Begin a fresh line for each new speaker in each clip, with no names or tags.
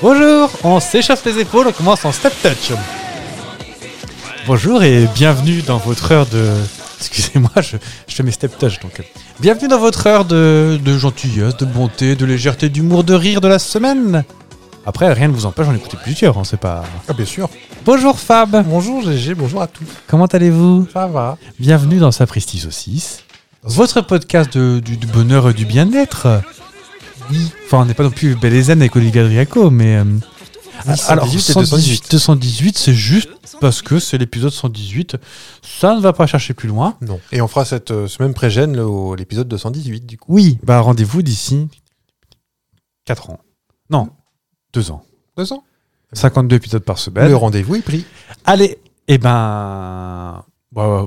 Bonjour, on s'échauffe les épaules, on commence en step touch. Bonjour et bienvenue dans votre heure de. Excusez-moi, je, je fais mes step touch donc. Bienvenue dans votre heure de, de gentillesse, de bonté, de légèreté, d'humour, de rire de la semaine. Après, rien ne vous empêche, j'en écouter plusieurs, on sait pas.
Ah bien sûr.
Bonjour Fab,
Bonjour GG, bonjour à tous.
comment allez-vous
Ça va.
Bienvenue dans Sapristi Saucisse, votre podcast de- du, du bonheur et du bien-être. Oui. Enfin, on n'est pas non plus bel et zen avec Olivier Adriaco, mais. euh,
Ah,
alors,
118 et
118, 218, c'est juste parce que c'est l'épisode 118. Ça ne va pas chercher plus loin.
Non. Et on fera cette euh, semaine pré-gêne le- au- l'épisode 218 du coup.
Oui, bah rendez-vous d'ici 4 ans. Non, 2 ans.
Deux ans.
52 épisodes par semaine.
Le rendez-vous est pris.
Allez, eh ben. bah, bah,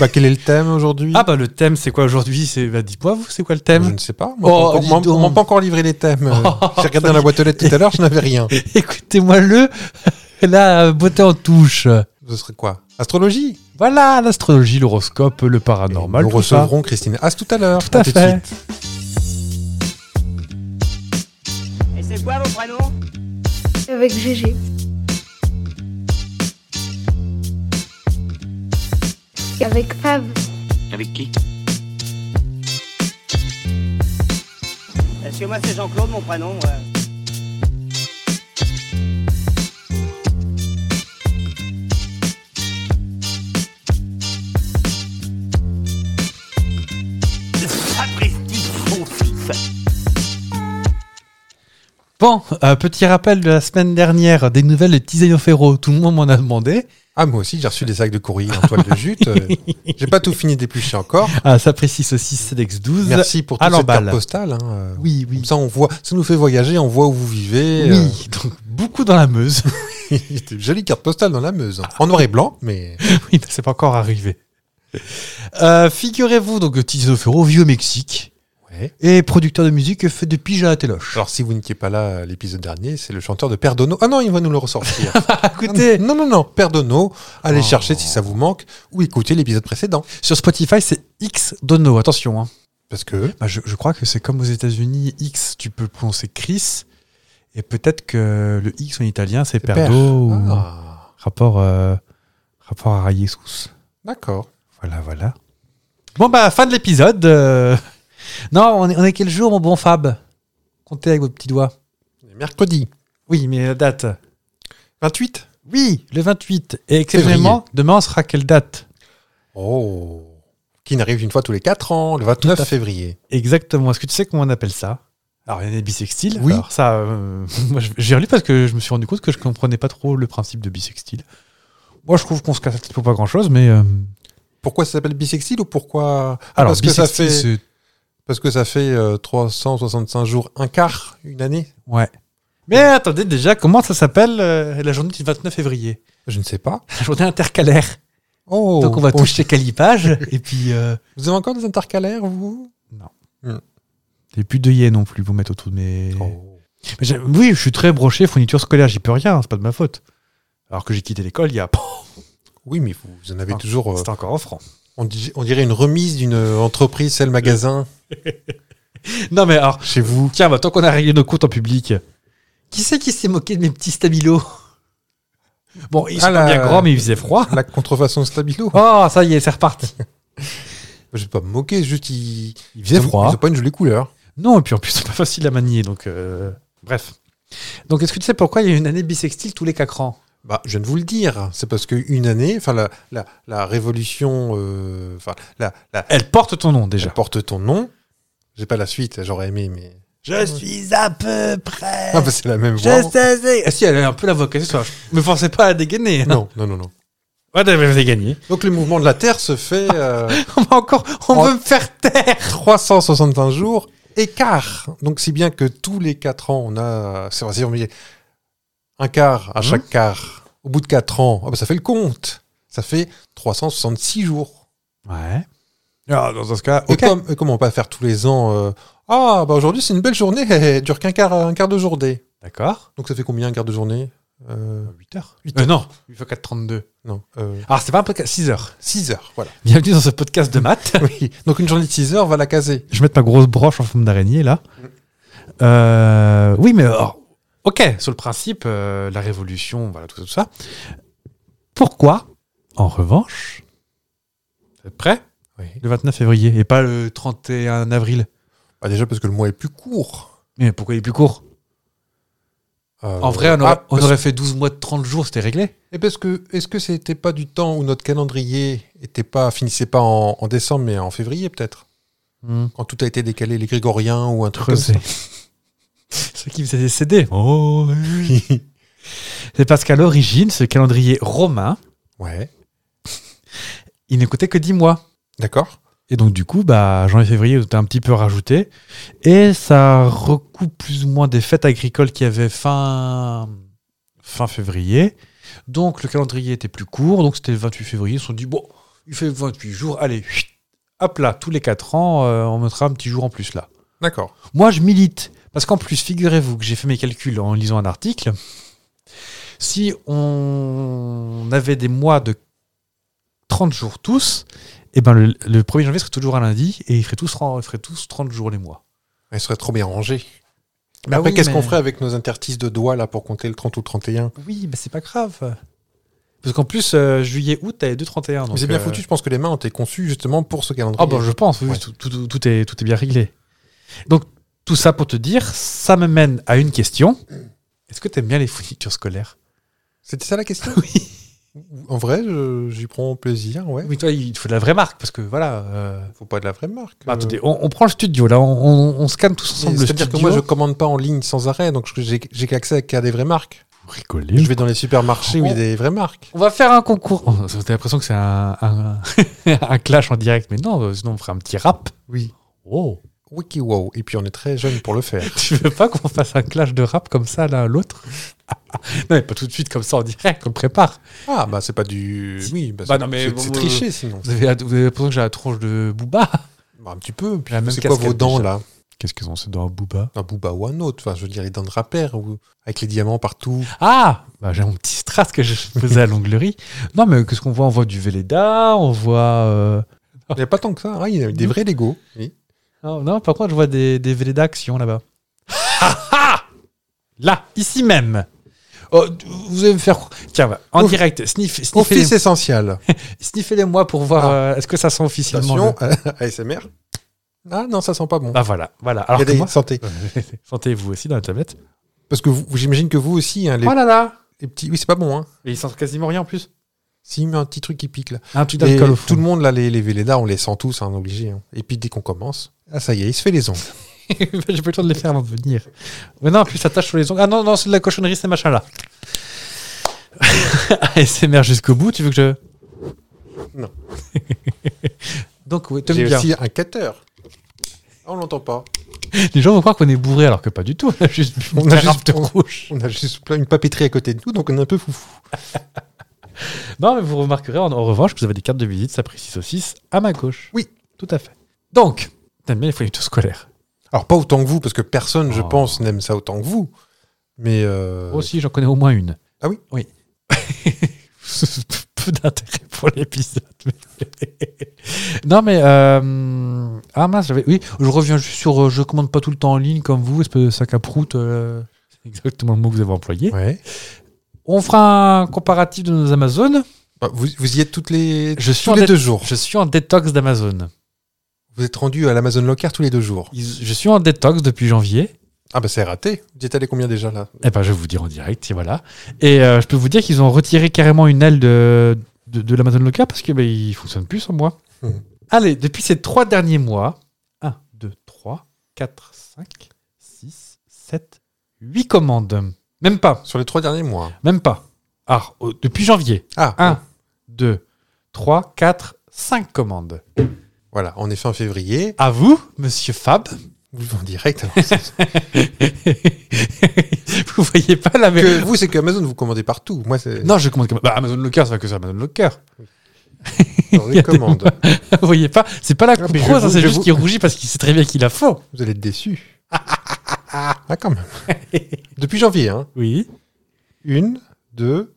bah quel est le thème aujourd'hui
ah bah le thème, c'est quoi aujourd'hui C'est bah, Dis-moi, vous, c'est quoi le
Je
thème
ne sais pas. Moi,
Oh,
on m'a-
dis
on m'a-
donc.
on m'a pas encore livré les thèmes. Euh, J'ai regardé dans la boîte aux lettres tout à l'heure, je n'avais rien.
Écoutez-moi le. La beauté en touche.
Ce serait quoi Astrologie.
Voilà l'astrologie, l'horoscope, le
Et
paranormal.
Nous
tout ça.
recevrons Christine Haas tout à l'heure.
Tout à
de
fait.
suite.
Et c'est quoi vos prénoms
Avec GG. Avec Fab.
Avec qui
Parce que moi c'est Jean-Claude mon prénom. ouais.
Bon, euh, petit rappel de la semaine dernière, des nouvelles de Tiziano Ferro. Tout le monde m'en a demandé.
Ah moi aussi j'ai reçu des sacs de courrier en toile de jute. Euh, j'ai pas tout fini d'éplucher encore.
Ah, ça précise aussi Sedex 12.
Merci pour
à
toute cette
l'emballe.
carte postale. hein, euh,
Oui, oui.
Comme ça on voit, ça nous fait voyager, on voit où vous vivez. euh,
Oui, donc beaucoup dans la Meuse.
C'était une jolie carte postale dans la Meuse. En noir et blanc, mais
oui, mais c'est pas encore arrivé. Euh, Figurez-vous, donc que Tiziano Ferro, vieux au Mexique,
Ouais.
et producteur de musique fait de pija à Téloche.
alors si vous n'étiez pas là euh, l'épisode dernier, c'est le chanteur de Perdono. Ah non, il va nous le ressortir. Ah,
Écoutez,
non, non, non, Perdono, allez
Ah, Oh.
chercher si ça vous manque ou écoutez l'épisode précédent.
sur Spotify, c'est X Dono, attention. hein.
Parce que
Bah, je, je crois que c'est comme aux États-Unis, X, tu peux prononcer Chris, et peut-être que le X en italien, c'est
Per.
Perdo, ou
Ah,
rapport, euh, rapport à Jesus.
d'accord.
Voilà, voilà. Bon, bah, fin de l'épisode. euh. Non, on est, on est quel jour, mon bon Fab Comptez avec vos petits doigts.
Mercredi
Oui, mais la date
28.
Oui, le 28. Et exceptionnellement, demain, on sera quelle date
Oh, qui n'arrive une fois tous les 4 ans, le 29
Tout à
février.
Exactement. Est-ce que tu sais comment on appelle ça Alors, il y a des bisextiles.
Oui.
Alors, ça, euh, moi, je- j'ai relu parce que je me suis rendu compte que je comprenais pas trop le principe de bisextile. Moi, je trouve qu'on se casse la tête pour pas grand-chose, mais. euh,
Pourquoi ça s'appelle bisextile ou pourquoi Ah,
alors,
parce, que ça
bisextile,
fait,
c'est-
parce que ça fait euh, 365 jours, un quart, une année
Ouais. Mais attendez, déjà, comment ça s'appelle euh, la journée du 29 février
Je ne sais pas.
La journée intercalaire.
Oh,
Donc, on va
bon,
toucher calipage. et puis. Euh,
Vous avez encore des intercalaires, vous
et plus de yé non plus, vous mettre autour de mes.
Oh.
Mais j'ai- oui, je suis très broché, fourniture scolaire, j'y peux rien, hein, c'est pas de ma faute. Alors que j'ai quitté l'école il y a.
Oui, mais vous, vous en avez
Ah,
toujours. euh,
C'était encore en franc.
on, di- on dirait une remise d'une euh, entreprise, celle magasin,
Non, mais alors,
chez vous.
Tiens, bah, tant qu'on a réglé nos comptes en public, qui c'est qui s'est moqué de mes petits stabilos Bon, ils
Ah,
sont
la-
pas bien grands, mais il faisait froid.
La contrefaçon Stabilo.
Oh, ça y est, c'est reparti.
Ah, Je vais pas me moquer, juste ils.
Il faisait
ils ont-
froid.
Ils ont pas une jolie couleur.
Non, et puis en plus, c'est pas facile à manier, donc euh, bref. Donc, est-ce que tu sais pourquoi il y a une année bisextile tous les 4 ans
Bah, je viens de vous le dire. C'est parce qu'une année, enfin, la, la, la révolution. euh, Enfin, la, la.
Elle porte ton nom déjà.
Elle porte ton nom. J'ai pas la suite, j'aurais aimé, mais.
Je suis à peu près.
Ah, bah, c'est la même voix.
sais. Ah, si, elle a un peu la voix cassée, ça. Je me forçais pas à dégainer. hein.
Non, non, non, non.
Ouais, mais vous avez gagné.
Donc, le mouvement de la Terre se fait euh,
On va encore. On
Oh.
veut me faire taire.
365 jours écart. Donc, si bien que tous les 4 ans, on a. C'est vrai, si on met un quart à
Mhm.
chaque quart. Au bout de 4 ans, ah bah, ça fait le compte. Ça fait 366 jours.
Ouais. Alors, Ah, dans ce cas,
Et, comme, et comment on va faire tous les ans euh, Ah, bah aujourd'hui, c'est une belle journée. Elle dure qu'un quart, un quart de journée.
D'accord.
Donc, ça fait combien un quart de journée Euh,
8 heures.
Huit
Euh, non, 8 fois 4, 32.
Non, euh,
Alors, c'est pas un podcast, 6 heures.
6 heures, voilà.
Bienvenue dans ce podcast de maths.
oui. Donc, une journée de 6 heures va la caser.
Je vais mettre ma grosse broche en forme d'araignée, là. Euh, Mm. oui, mais alors, ok, sur le principe, euh, la révolution, voilà, tout ça, tout ça. Pourquoi, en revanche, vous êtes prêts
Oui.
Le 29 février et pas le 31 avril.
Bah, déjà parce que le mois est plus court.
Mais pourquoi il est plus court
Euh,
En vrai, on aurait,
ah,
on
parce-
aurait fait 12 mois de 30 jours, c'était réglé.
Et parce que Eh ben, est-ce que c'était pas du temps où notre calendrier était pas finissait pas en, en décembre mais en février peut-être quand tout a été décalé les grégoriens ou un truc comme ça.
Creuser. ce qui faisait céder. Oh, oui. C'est parce qu'à l'origine, ce calendrier romain,
Ouais,
il ne coûtait que 10 mois.
d'accord.
Et donc, du coup, bah, janvier février était un petit peu rajouté. Et ça recoupe plus ou moins des fêtes agricoles qui avaient fin, fin février. Donc, le calendrier était plus court. Donc, c'était le 28 février. Ils se sont dit, bon, il fait 28 jours. Allez, chut, hop là, tous les 4 ans, euh, on mettra un petit jour en plus là.
D'accord.
Moi, je milite. Parce qu'en plus, figurez-vous que j'ai fait mes calculs en lisant un article. Si on avait des mois de 30 jours tous, eh ben le, le 1er janvier serait toujours un lundi et ils feraient tous, ren- ils feraient tous 30 jours les mois.
Elle serait trop bien rangée.
Bah
Après
oui,
qu'est-ce
mais-
qu'on ferait avec nos interstices de doigts là pour compter le 30 ou le 31
Oui, mais c'est pas grave. Parce qu'en plus, euh, juillet, août, t'avais 2,31.
Mais
donc,
C'est bien
euh,
foutu, je pense que les mains ont été conçues justement pour ce calendrier.
Ah ben, je pense, oui,
Ouais.
tout, tout- tout est, tout est bien réglé. Donc tout ça pour te dire, ça me mène à une question. Est-ce que t'aimes bien les fournitures scolaires
C'était ça la question
Oui.
En vrai, je- j'y prends plaisir, ouais.
Oui, toi, il te faut de la vraie marque, parce que voilà. euh,
Faut pas de la vraie marque.
bah,
euh.
attendez, on, on prend le studio, là, on, on- on scanne tous
Mais
ensemble le studio.
C'est-à-dire que moi, je commande pas en ligne sans arrêt, donc je- j'ai j'ai accès qu'à des vraies marques.
rigolez.
Je vais dans les supermarchés où il y a
Oh.
des vraies marques.
On va faire un concours. Oh, ça, T'as l'impression que c'est un, un- un clash en direct, mais non, euh, sinon on ferait un petit rap.
Oui.
Oh
WikiWow. Et puis on est très jeune pour le faire.
Tu veux pas qu'on fasse un clash de rap comme ça, l'un à l'autre Non, mais pas tout de suite comme ça en direct, on le prépare.
Ah, bah c'est pas du.
Si.
Oui, bah,
Bah
c'est-
non, mais
c'est
bon,
c'est
euh,
triché sinon.
Vous avez, vous avez l'impression que j'ai la tronche de Booba
Bah, un petit peu. puis
La même
C'est quoi
casquette,
vos dents
déjà.
là
Qu'est-ce qu'ils ont, ces dents à Booba
Un Booba ou un autre. Enfin, je veux dire, les dents de rappeur ou... avec les diamants partout.
Ah bah, J'ai mon petit strass que je faisais à l'onglerie. Non, mais qu'est-ce qu'on voit On voit du Véleda, on voit. euh,
Il n'y a pas tant que ça. hein, Il y a des vrais Lego. Oui.
Non, non, par contre, je vois des, des VD d'action là-bas. Ah, ah là, ici même. Oh, d- vous allez me faire. Tiens, va, en
Ouf.
direct, sniff,
Office
sniffez-les,
essentiel.
moi pour voir
Ah.
euh, est-ce que ça sent officiellement.
Attention,
le-
ASMR. Ah non, ça sent pas bon.
Ah voilà, voilà.
Il y
Alors
a
que
des
moi,
santé.
sentez-vous aussi dans la tablette.
Parce que vous- j'imagine que vous aussi, hein, les,
Oh là là
les petits. Oui, c'est pas bon. Hein.
Et ils sentent quasiment rien en plus.
Si, mais un petit truc qui pique là.
Un truc
Et
d'alcool au
tout
fond.
le monde, là, les, les Véleda, on les sent tous, hein, obligé. hein. Et puis dès qu'on commence, ah ça y est, il se fait les ongles.
J'ai pas eu le temps de les faire avant de venir. Mais non, en plus, ça tâche sur les ongles. Ah non, non, c'est de la cochonnerie, ces machins-là. ASMR jusqu'au bout, tu veux que je.
Non.
Donc, oui, t'aimes
J'ai
bien.
aussi un cutter. Ah, On l'entend pas.
Les gens vont croire qu'on est bourré alors que pas du tout. On a juste bu
On
un
a juste-
rap de
on-
rouge.
On a juste plein une papeterie à côté de nous, donc on est un peu foufou.
Non, mais vous remarquerez en, en revanche que vous avez des cartes de visite, ça précise 6 à ma gauche.
Oui.
tout à fait. Donc, t'aimes bien les fournitures scolaires
Alors pas autant que vous, parce que personne, je
Oh.
pense, n'aime ça autant que vous. Mais euh,
Moi aussi, j'en connais au moins une.
Ah oui
Oui. Peu d'intérêt pour l'épisode. mais- non, mais. euh, Ah mince, j'avais. Oui, je reviens juste sur. euh, je commande pas tout le temps en ligne comme vous, espèce de sac à prout. euh, C'est exactement le mot que vous avez employé.
ouais.
On fera un comparatif de nos Amazones.
Bah, vous, vous y êtes toutes les
Je suis
tous
en
les
dé-
deux jours.
Je suis en détox d'Amazon.
Vous êtes rendu à l'Amazon Lockhart tous les deux jours.
Ils- Je suis en détox depuis janvier.
Ah bah c'est raté. Vous y êtes allé combien déjà là
Eh ben, je vais vous dire en direct, et voilà. Et euh, je peux vous dire qu'ils ont retiré carrément une aile de, de, de l'Amazon Loca parce que ben, il fonctionne plus sans moi.
Mhm.
Allez, depuis ces trois derniers mois, 1, 2, 3, 4, 5, 6, 7, 8 commandes. Même pas,
Sur les trois derniers mois.
même pas. Ah, euh, depuis janvier.
Ah
1, 2, 3, 4, 5 commandes.
voilà, on est fin février.
À vous, monsieur Fab.
Vous en direct. alors.
vous voyez pas la
Que vous, c'est qu'Amazon, vous commandez partout. Moi, c'est.
Non, je commande comme... bah, Amazon Locker, ça va que ça, Amazon Locker.
Alors,
Il y a des
je commande.
vous voyez pas C'est pas la coupe
mais je
rose, hein,
vous-
c'est
je
juste
vous-
qu'il rougit parce qu'il sait très bien qu'il a faux.
Vous allez être déçus. ah, quand même. Depuis janvier, hein.
Oui.
Une, deux,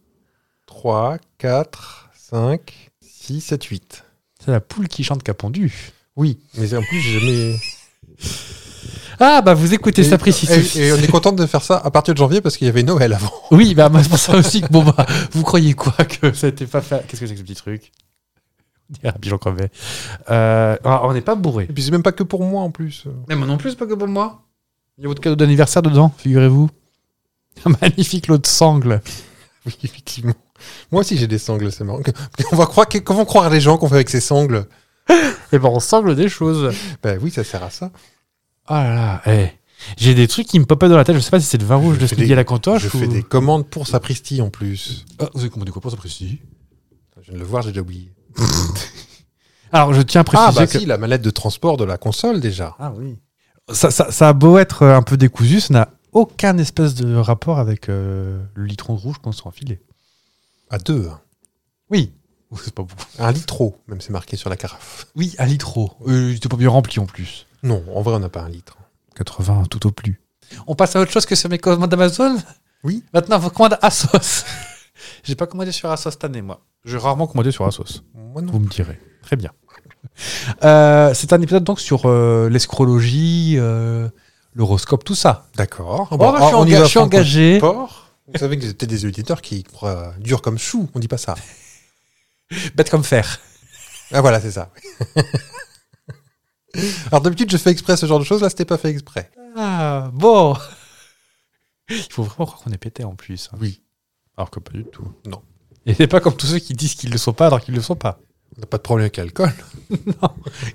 trois, quatre, cinq, six, sept, huit.
C'est la poule qui chante qu'a pondu.
Oui, mais en plus, j'ai jamais.
Ah, bah vous écoutez
Et-
Sapristi.
Et, et on est content de faire ça à partir de janvier parce qu'il y avait Noël avant.
Oui, bah moi, c'est pour ça aussi que bon bah vous croyez quoi que ça n'était pas fait. Qu'est-ce que c'est que ce petit truc On dirait un pigeon crevé. Euh, ah, on n'est pas bourré.
Et puis c'est même pas que pour moi en plus.
Mais moi non plus, pas que pour moi. Il y a votre cadeau d'anniversaire dedans, figurez-vous. Un magnifique lot de sangle.
Oui, effectivement. Moi aussi j'ai des sangles, c'est marrant. On va croire, que- comment croire les gens qu'on fait avec ces sangles
Et ben on sangle des choses.
Ben oui, ça sert à ça.
Ah là là, eh. J'ai des trucs qui me popaient dans la tête. Je sais pas si c'est le vin rouge
Je
de
fais
ce midi
des-
à la cantoche.
je
ou-
fais des commandes pour Sapristi en plus.
Ah, vous avez commandé quoi pour Sapristi
Je viens de le voir, j'ai déjà oublié.
Alors je tiens à préciser
Ah bah
que
si, la manette de transport de la console déjà.
Ah oui. Ça, ça- ça a beau être euh, un peu décousu, ça n'a aucun espèce de rapport avec euh, le litron rouge qu'on s'est enfilé.
À deux. hein.
Oui. C'est pas beaucoup.
Un litro, même c'est marqué sur la carafe.
Oui, un litro. Euh, il était pas bien rempli en plus.
Non, en vrai on n'a pas un litre.
80 tout au plus. On passe à autre chose que sur mes commandes Amazon
Oui.
Maintenant, vous commandez Asos. J'ai pas commandé sur Asos cette année, moi. J'ai rarement commandé sur Asos.
Moi non.
Vous me direz. Très bien. Euh, C'est un épisode donc sur euh, l'escrologie, euh, l'horoscope, tout ça.
D'accord.
Oh,
Bon, ah,
bah, je suis
on y
enga-
va
je suis
franco-
engagé.
Sport. Vous savez que vous êtes peut-être des auditeurs qui croient dur comme chou, on dit pas ça.
Bête comme fer.
Ah voilà, c'est ça. Alors d'habitude, je fais exprès ce genre de choses, là, c'était pas fait exprès.
Ah, bon. Il faut vraiment croire qu'on est pété en plus. hein.
Oui.
Alors que pas du tout.
Non.
Et c'est pas comme tous ceux qui disent qu'ils le sont pas alors qu'ils le sont pas.
On n'a pas de problème avec l'alcool.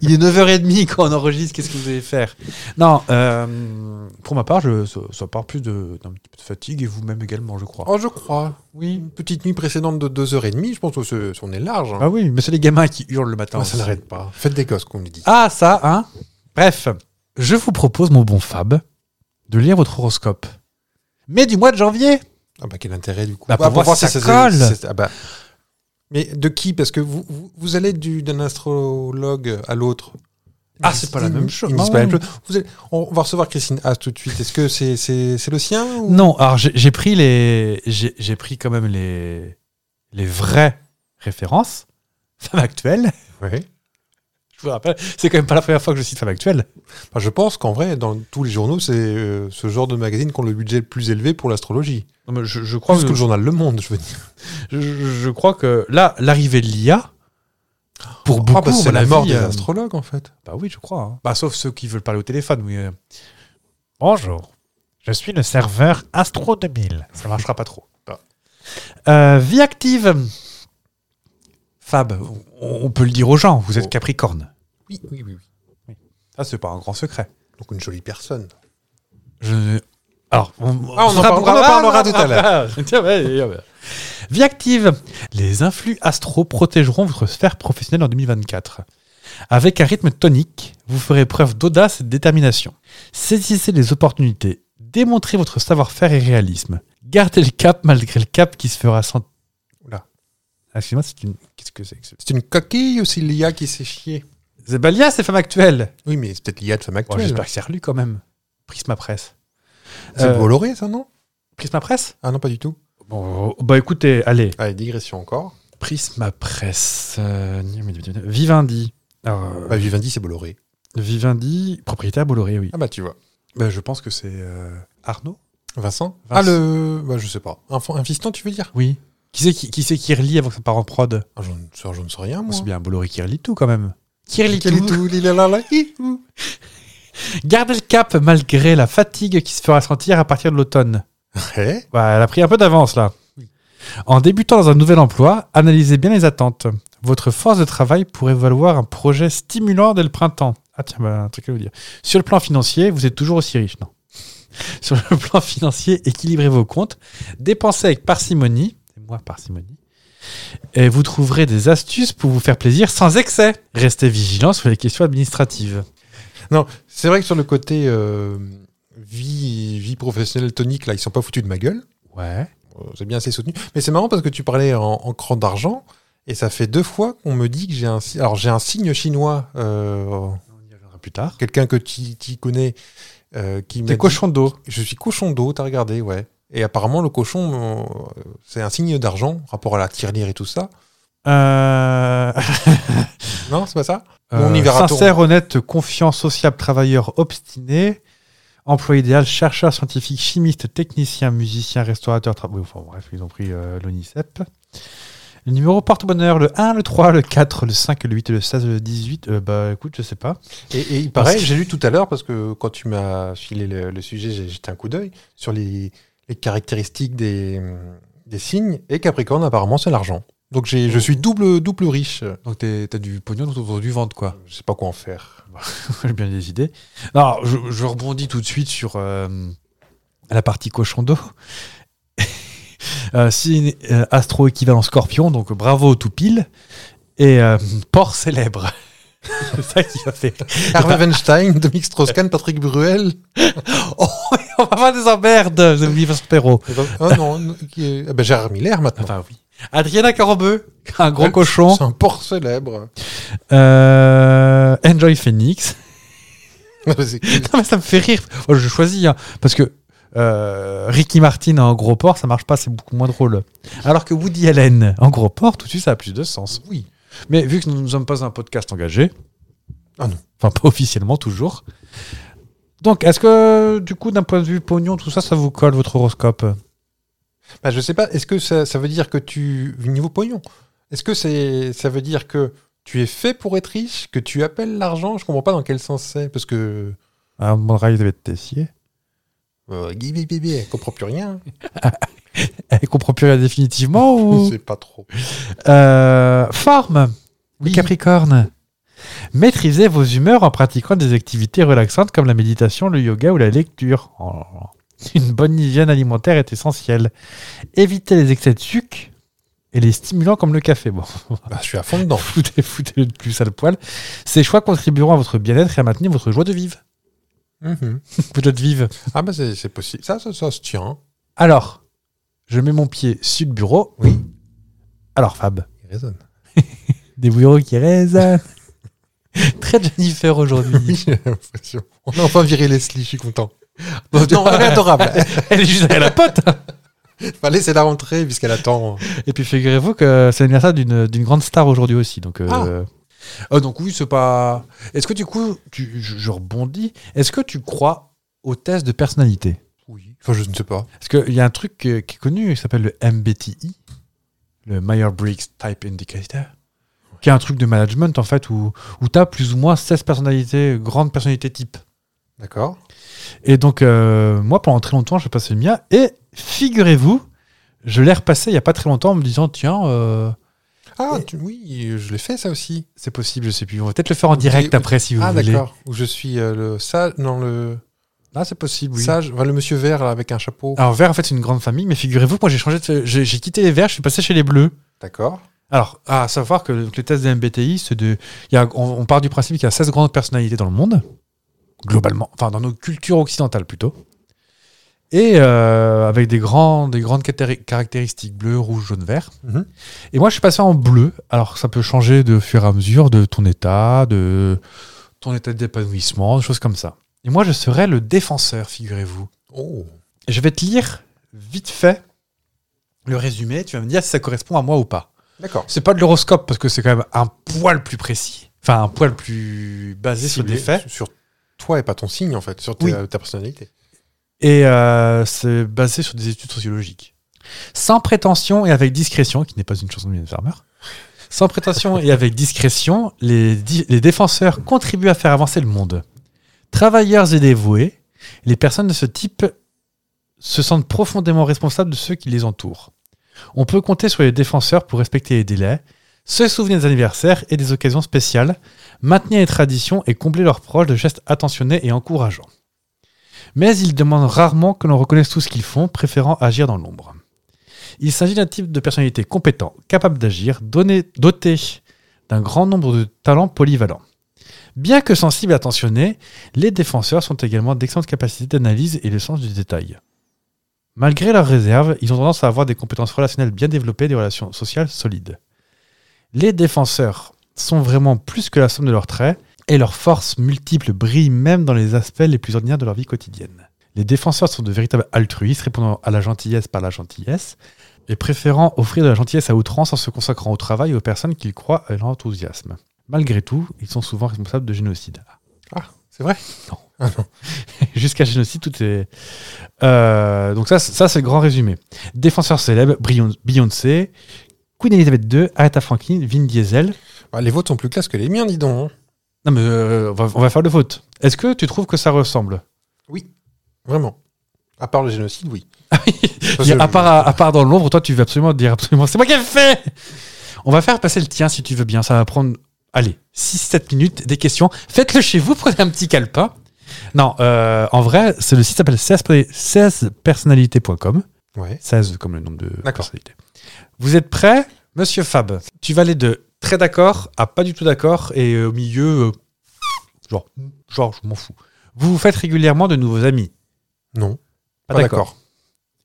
Il est 9h30 quand on enregistre, qu'est-ce que vous allez faire Non, euh, pour ma part, je, ça, ça part plus de- d'un petit peu de fatigue et vous-même également, je crois.
Oh, je crois.
oui.
Une petite nuit précédente de 2h30, je pense que c'est- on est large. hein.
Ah oui, mais c'est les gamins qui hurlent le matin.
Ah, ça
aussi.
n'arrête pas. Faites des gosses, qu'on nous dit.
Ah, ça, hein Bref, je vous propose, mon bon Fab, de lire votre horoscope. Mais du mois de janvier
Ah bah quel intérêt du coup
Bah, pour voir si ça colle.
c'est- ah, bah. Mais de qui Parce que vous, vous, vous allez du- d'un astrologue à l'autre.
Ah, c'est pas la
Ils-
même chose.
ils disent
Ah
pas la
oui.
même chose. Vous allez- on va recevoir Christine Haas tout de suite. Est-ce que c'est c'est- c'est le sien ou-
Non, alors j'ai j'ai pris les, j'ai j'ai pris quand même les les vraies références femmes actuelles.
Ouais.
Je vous rappelle, c'est quand même pas la première fois que je cite femmes actuelles.
Enfin, je pense qu'en vrai, dans tous les journaux, c'est euh, ce genre de magazine qui ont le budget le plus élevé pour l'astrologie.
je, crois
Plus que
que
le journal Le Monde, je veux dire.
je, crois que là l'arrivée de l'IA pour
Ah,
beaucoup
bah, c'est
à mon
la mort
avis,
des
euh,
astrologues, en fait.
Bah oui, je crois. hein. Bah sauf ceux qui veulent parler au téléphone. Oui. euh. Bonjour, je suis le serveur Astro 2000. Ça marchera pas trop. Ah. Euh, vie active. Fab, on, on peut le dire aux gens. Vous êtes
Oh.
Capricorne.
Oui, oui, oui. oui.
Ça, c'est pas un grand secret.
Donc une jolie personne.
Je... Alors, on,
Ah, on en
fera-
parle- on en
ah,
parlera
ah,
tout à
ah,
l'heure.
ah, tiens, ouais, ouais, ouais. Vie active. Les influx astro protégeront votre sphère professionnelle en 2024. Avec un rythme tonique, vous ferez preuve d'audace et de détermination. Saisissez les opportunités. Démontrez votre savoir-faire et réalisme. Gardez le cap malgré le cap qui se fera sans...
Oula.
Ah, Excuse-moi, c'est une... Qu'est-ce que c'est que ce-
C'est une coquille ou c'est l'IA qui s'est chiée
C'est Balia, c'est femme actuelle.
Oui, mais c'est peut-être l'IA de femme
Bon,
actuelle.
J'espère que c'est relu quand même. Prisma Presse.
c'est
Euh,
Bolloré, ça, non
Prisma Presse
Ah non, pas du tout.
Bon, bah écoutez, allez.
Allez, digression Ah, encore.
Prisma Presse. euh, Vivendi. Alors, euh,
Bah, Vivendi, c'est Bolloré.
Vivendi, propriétaire Bolloré, oui.
Ah bah, tu vois.
Bah, je pense que c'est euh, Arnaud
Vincent,
Vincent.
Ah, le. Bah, je sais pas. Un, fon- un fiston, tu veux dire
Oui. Qui c'est qui, qui, c'est qui relie avant que ça part en prod
ah, j'en- ça, Je ne sais rien,
Bon,
moi.
C'est bien Bolloré qui relie tout quand même. Qui relie
Quel est tout lilalala, hi, hou.
Gardez le cap malgré la fatigue qui se fera sentir à partir de l'automne.
Ouais.
Bah, elle a pris un peu d'avance là. En débutant dans un nouvel emploi, analysez bien les attentes. Votre force de travail pourrait valoir un projet stimulant dès le printemps. Ah tiens, bah, un truc à vous dire. Sur le plan financier, vous êtes toujours aussi riche, non Sur le plan financier, équilibrez vos comptes, dépensez avec parcimonie, c'est moi parcimonie, et vous trouverez des astuces pour vous faire plaisir sans excès. Restez vigilant sur les questions administratives.
Non, c'est vrai que sur le côté euh, vie, vie professionnelle tonique, là, ils sont pas foutus de ma gueule.
Ouais.
Euh, C'est bien assez soutenu. Mais c'est marrant parce que tu parlais en, en cran d'argent. Et ça fait deux fois qu'on me dit que j'ai un, si- alors j'ai un signe chinois, euh,
On y reviendra plus tard.
quelqu'un que tu tu connais, euh, qui m'a
T'es
dit-
cochon d'eau.
Je suis cochon d'eau, t'as regardé, ouais. Et apparemment, le cochon, euh, c'est un signe d'argent, rapport à la tirelire et tout ça.
Euh...
Non, c'est pas ça
Euh,
On y verra
sincère, honnête, confiant, sociable, travailleur, obstiné. Emploi idéal, chercheur, scientifique, chimiste, technicien, musicien, restaurateur, tra- oui, enfin bref, ils ont pris euh, l'ONICEP. Le numéro porte-bonheur, le 1, le 3, le 4, le 5, le 8, le 16, le 18. euh, bah écoute, je sais pas.
Et, et il paraît,
Parce que-
j'ai lu tout à l'heure, parce que quand tu m'as filé le, le sujet, j'ai jeté un coup d'œil sur les, les caractéristiques des, des signes. Et Capricorne, apparemment, c'est l'argent. Donc j'ai- je suis double, double riche.
Donc t'es- t'as du pognon autour du ventre, quoi.
Je sais pas quoi en faire.
J'ai bien des idées. Non, je, je rebondis tout de suite sur euh, la partie cochon d'eau. Euh, signe euh, astro équivalent scorpion, donc bravo tout pile. Et euh, port célèbre. C'est ça qui m'a fait.
Harvey Weinstein, Dominique Strauss-Kahn, Patrick Bruel.
Oh, on va faire des emmerdes, j'ai oublié Vincent Perrault.
Et donc- Ah non, non, qui est- ah ben Gérard Miller maintenant.
Enfin, oui. Adriana Carambeu, un gros
Ouais,
cochon.
C'est un port célèbre.
Euh, Enjoy Phoenix.
C'est-
Non, mais ça me fait rire. Oh, je choisis, hein, parce que euh, Ricky Martin en gros porc, ça marche pas, c'est beaucoup moins drôle. Alors que Woody Allen en gros porc, tout de suite, ça a plus de sens. Oui. Mais vu que nous ne sommes pas un podcast engagé,
Ah non.
enfin pas officiellement toujours. Donc, est-ce que du coup, d'un point de vue pognon, tout ça, ça vous colle votre horoscope
Bah, je sais pas, est-ce que ça, ça veut dire que tu. Niveau pognon. Est-ce que c'est, ça veut dire que tu es fait pour être riche, que tu appelles l'argent Je comprends pas dans quel sens c'est. Parce que.
Ah, mon rail devait être Tessier.
Euh, Guy Bébé, elle comprend plus rien.
Elle comprend plus rien définitivement
Je
ou
sais pas trop.
Euh, Forme
Oui.
Capricorne. Maîtrisez vos humeurs en pratiquant des activités relaxantes comme la méditation, le yoga ou la lecture. Oh. Une bonne hygiène alimentaire est essentielle. Évitez les excès de sucre et les stimulants comme le café. Bon,
Bah, je suis à fond dedans.
foutez, foutez le plus sale poil. Ces choix contribueront à votre bien-être et à maintenir votre joie de vivre.
Mhm.
Votre joie de vivre.
Ah, bah, c'est, c'est possible. Ça, ça, ça se tient. hein.
Alors, je mets mon pied sur le bureau.
Oui.
Alors, Fab.
Il résonne.
Des bureaux qui résonnent. Très Jennifer aujourd'hui.
Oui, j'ai l'impression. On a enfin viré Leslie, je suis content. Non, elle est adorable.
Elle est juste derrière la pote.
Allez, c'est la rentrée, puisqu'elle attend.
Et puis figurez-vous que c'est l'anniversaire d'une d'une grande star aujourd'hui aussi. Donc, euh, euh, donc oui, c'est pas. Est-ce que du coup, tu- je, je rebondis. Est-ce que tu crois aux tests de personnalité
Oui. Enfin, je ne sais pas.
Parce qu'il y a un truc que- qui est connu, qui s'appelle le MBTI, le Myers-Briggs Type Indicator, qui est un truc de management en fait où, où tu as plus ou moins 16 personnalités, grandes personnalités types.
D'accord.
Et donc, euh, moi, pendant très longtemps, j'ai passé le mien. Et figurez-vous, je l'ai repassé il n'y a pas très longtemps en me disant tiens, euh,
Ah,
Et-
tu- oui, je l'ai fait, ça aussi.
c'est possible, je sais plus. On va peut-être le faire en direct
Et-
après si vous
ah,
voulez.
d'accord. Où je suis euh, le sage. Non, le
Là, Ah, c'est possible, oui. Ah.
sage. Enfin, le monsieur vert, là, avec un chapeau.
Alors, vert, en fait, c'est une grande famille, mais figurez-vous, que moi, j'ai changé de- j'ai j'ai quitté les verts, je suis passé chez les bleus.
D'accord.
Alors, à savoir que donc, le test des MBTI, c'est de. il y a- on, on part du principe qu'il y a 16 grandes personnalités dans le monde, globalement, enfin dans nos cultures occidentales plutôt. Et euh, avec des, grands, des grandes catéri- caractéristiques bleu, rouge, jaune, vert.
Mhm.
Et moi, je suis passé en bleu. Alors, ça peut changer de fur et à mesure de ton état, de ton état d'épanouissement, des choses comme ça. Et moi, je serais le défenseur, figurez-vous.
Oh.
Et Je vais te lire vite fait le résumé. Tu vas me dire si ça correspond à moi ou pas.
D'accord.
C'est pas de l'horoscope parce que c'est quand même un poil plus précis. Enfin, un poil plus basé sur
Ciblé
des faits.
Sur toi et pas ton signe, en fait. Sur ta, ta personnalité.
Et euh, c'est basé sur des études sociologiques. Sans prétention et avec discrétion, qui n'est pas une chanson de Mylène Farmer. Sans prétention et avec discrétion, les, di- les défenseurs contribuent à faire avancer le monde. Travailleurs et dévoués, les personnes de ce type se sentent profondément responsables de ceux qui les entourent. On peut compter sur les défenseurs pour respecter les délais, se souvenir des anniversaires et des occasions spéciales, maintenir les traditions et combler leurs proches de gestes attentionnés et encourageants. Mais ils demandent rarement que l'on reconnaisse tout ce qu'ils font, préférant agir dans l'ombre. Il s'agit d'un type de personnalité compétent, capable d'agir, donné- doté d'un grand nombre de talents polyvalents. Bien que sensibles et attentionnés, les défenseurs sont également d'excellentes capacités d'analyse et le sens du détail. Malgré leurs réserves, ils ont tendance à avoir des compétences relationnelles bien développées et des relations sociales solides. Les défenseurs sont vraiment plus que la somme de leurs traits, et leurs forces multiples brillent même dans les aspects les plus ordinaires de leur vie quotidienne. Les défenseurs sont de véritables altruistes, répondant à la gentillesse par la gentillesse, et préférant offrir de la gentillesse à outrance en se consacrant au travail et aux personnes qu'ils croient et à leur enthousiasme. Malgré tout, ils sont souvent responsables de génocide.
Ah, c'est vrai
Non. Jusqu'à génocide, tout est. Euh, donc, ça, c'est- ça c'est le grand résumé. Défenseur célèbre, Brion- Beyoncé, Queen Elizabeth II, Aretha Franklin, Vin Diesel.
Bah, les vôtres sont plus classes que les miens, dis donc. hein.
Non, mais euh, on, va, on va faire le vote. Est-ce que tu trouves que ça ressemble
Vraiment. À part le génocide, oui. Parce
Il y a-
que-
à, part, à, part dans l'ombre, toi, tu veux absolument dire absolument c'est moi qui ai fait On va faire passer le tien si tu veux bien. Ça va prendre, allez, 6-7 minutes, des questions. Faites-le chez vous, prenez un petit calepin. Non, euh, en vrai, c'est le site s'appelle 16personnalités.com.
Ouais.
16 comme le nombre de
D'accord.
personnalités. Vous êtes prêts Monsieur Fab, tu vas aller de très d'accord à pas du tout d'accord et euh, au milieu, euh, genre, genre, je m'en fous. Vous vous faites régulièrement de nouveaux amis.
Non.
Pas,
Pas
Ah, d'accord.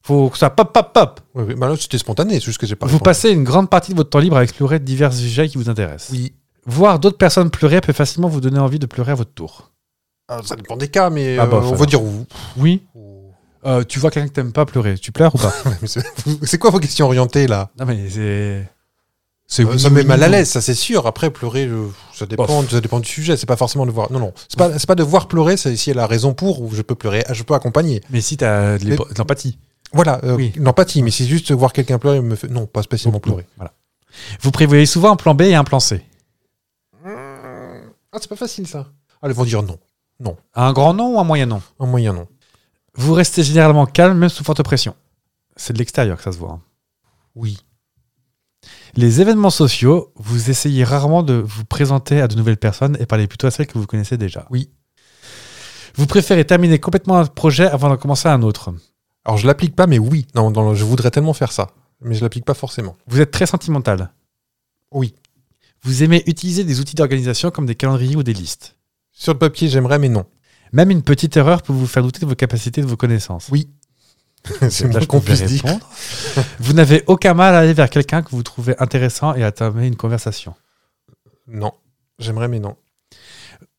Faut que ça pop, pop, pop.
Ouais, ouais. Bah là, c'était spontané, c'est juste que j'ai pas
Vous
répondu.
passez une grande partie de votre temps libre à explorer divers sujets qui vous intéressent.
Oui.
Voir d'autres personnes pleurer peut facilement vous donner envie de pleurer à votre tour.
Ah, ça dépend des cas, mais
Ah,
euh,
bah,
on
enfin.
va dire où.
Oui. Euh, tu vois quelqu'un que t'aimes pas pleurer, tu pleures ou pas
Mais c'est- c'est quoi vos questions orientées, là
Non mais c'est. C'est
Euh, Ça me met mal à l'aise, ça c'est sûr. Après, pleurer, je- ça, dépend,
Bof.
ça dépend du sujet. C'est pas forcément de voir. Non, non. C'est pas, c'est pas de voir pleurer, c'est si elle a raison pour ou je peux pleurer, ah, je peux accompagner.
Mais si t'as de
Mais-
l'ép- de l'empathie.
Voilà, euh,
Oui.
l'empathie. Mais c'est juste voir quelqu'un pleurer, me fait... non, pas spécialement pleurer.
Voilà. Vous prévoyez souvent un plan B et un plan C.
Ah, c'est pas facile ça. Ah, ils vont dire non.
Un grand nom ou un moyen nom
Un moyen non.
Vous restez généralement calme même sous forte pression. C'est de l'extérieur que ça se voit. hein.
Oui.
Les événements sociaux, vous essayez rarement de vous présenter à de nouvelles personnes et parlez plutôt à celles que vous connaissez déjà.
Oui.
Vous préférez terminer complètement un projet avant d'en commencer un autre.
Alors je l'applique pas, mais oui. Non, dans le- je voudrais tellement faire ça, mais je l'applique pas forcément.
Vous êtes très sentimental.
Oui.
Vous aimez utiliser des outils d'organisation comme des calendriers ou des listes.
Sur le papier, j'aimerais, mais non.
Même une petite erreur peut vous faire douter de vos capacités et de vos connaissances. Euh,
Oui. c'est
Là,
moins
je
qu'on
pouvais
puisse dire.
répondre. vous n'avez aucun mal à aller vers quelqu'un que vous trouvez intéressant et à entamer une conversation.
Non. J'aimerais, mais non.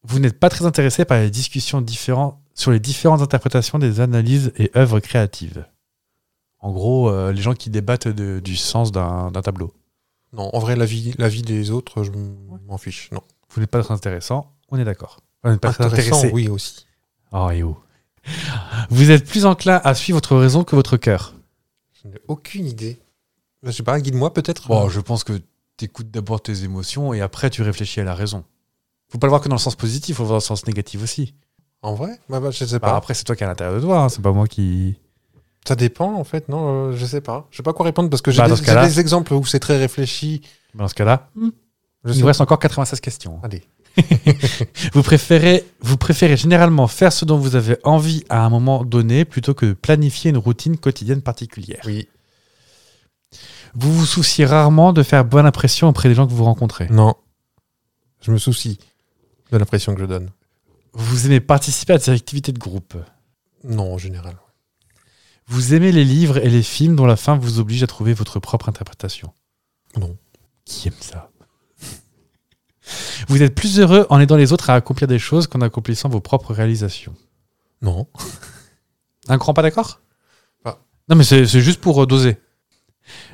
vous n'êtes pas très intéressé par les discussions différentes sur les différentes interprétations des analyses et œuvres créatives. En gros, euh, les gens qui débattent de- du sens d'un d'un tableau.
Non, en vrai, la vie, la vie des autres, je m'en fiche. Non.
Vous n'êtes pas très intéressant, on est d'accord. Vous n'êtes pas très
Intéressant,
intéressé.
oui aussi.
Oh, et oh. Vous êtes plus enclin à suivre votre raison que votre cœur.
Je n'ai aucune idée. Je sais pas, guide-moi peut-être.
Bon, je pense que tu écoutes d'abord tes émotions et après tu réfléchis à la raison. Faut pas le voir que dans le sens positif, faut le voir dans le sens négatif aussi.
En vrai bah, bah, Je sais
Bah,
pas.
après, c'est toi qui es à l'intérieur de toi, hein, c'est pas moi qui.
Ça dépend en fait, non euh, Je sais pas. Je sais pas quoi répondre parce que j'ai
Bah,
des,
dans ce
j'ai
cas-là-
des exemples où c'est très réfléchi.
Mais Dans ce cas-là,
Je
il
sais
nous reste encore 96 questions. hein.
Allez.
Vous préférez, vous préférez généralement faire ce dont vous avez envie à un moment donné plutôt que de planifier une routine quotidienne particulière.
Oui.
Vous vous souciez rarement de faire bonne impression auprès des gens que vous rencontrez.
Non. Je me soucie de l'impression que je donne.
Vous aimez participer à des activités de groupe.
Non, en général.
Vous aimez les livres et les films dont la fin vous oblige à trouver votre propre interprétation.
Non.
Qui aime ça Vous êtes plus heureux en aidant les autres à accomplir des choses qu'en accomplissant vos propres réalisations.
Non.
Un grand pas d'accord
Pas.
Non, mais c'est c'est juste pour euh, doser.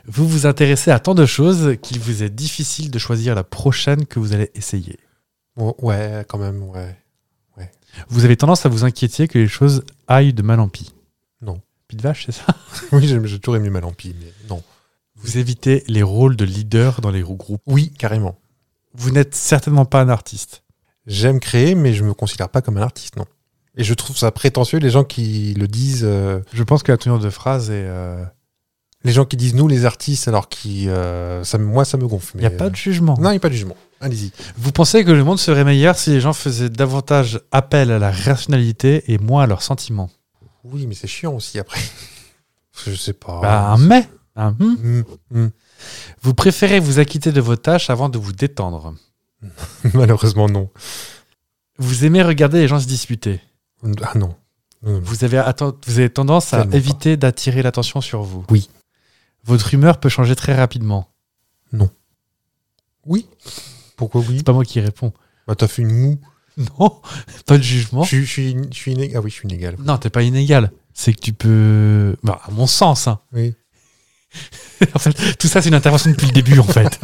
Vous vous intéressez à tant de choses qu'il vous est difficile de choisir la prochaine que vous allez essayer.
Bon, Oh, ouais, quand même, ouais.
Vous avez tendance à vous inquiéter que les choses aillent de mal en pis.
Non.
Pis de vache, c'est ça
Oui, j'ai j'ai toujours aimé mal en pis, mais non.
Vous évitez les rôles de leader dans les groupes.
Oui, carrément.
Vous n'êtes certainement pas un artiste.
J'aime créer, mais je me considère pas comme un artiste, non. Et je trouve ça prétentieux les gens qui le disent. euh,
Je pense que la tournure de phrase est. euh,
les gens qui disent nous les artistes alors qui euh, ça me- moi ça me gonfle.
Il n'y a
mais,
pas de
euh,
jugement.
non il n'y a pas de jugement. Allez-y.
Vous pensez que le monde serait meilleur si les gens faisaient davantage appel à la rationalité et moins à leurs sentiments
Oui mais c'est chiant aussi après. Je sais pas.
Bah, un mais un hmm.
Mm,
Vous préférez vous acquitter de vos tâches avant de vous détendre.
Malheureusement non.
Vous aimez regarder les gens se disputer.
Ah non. Non, non.
Vous avez, atten- vous avez tendance à
Tellement pas.
éviter d'attirer l'attention sur vous.
Oui.
Votre humeur peut changer très rapidement.
Oui. Pourquoi oui
C'est pas moi qui réponds.
Bah t'as fait une moue.
Non, pas de jugement.
Je suis je suis je suis inégal. Ah oui je suis inégal.
Non, t'es pas inégal. C'est que tu peux. Bah, à mon sens, hein.
Oui.
En fait, tout ça, c'est une intervention depuis le début, en fait.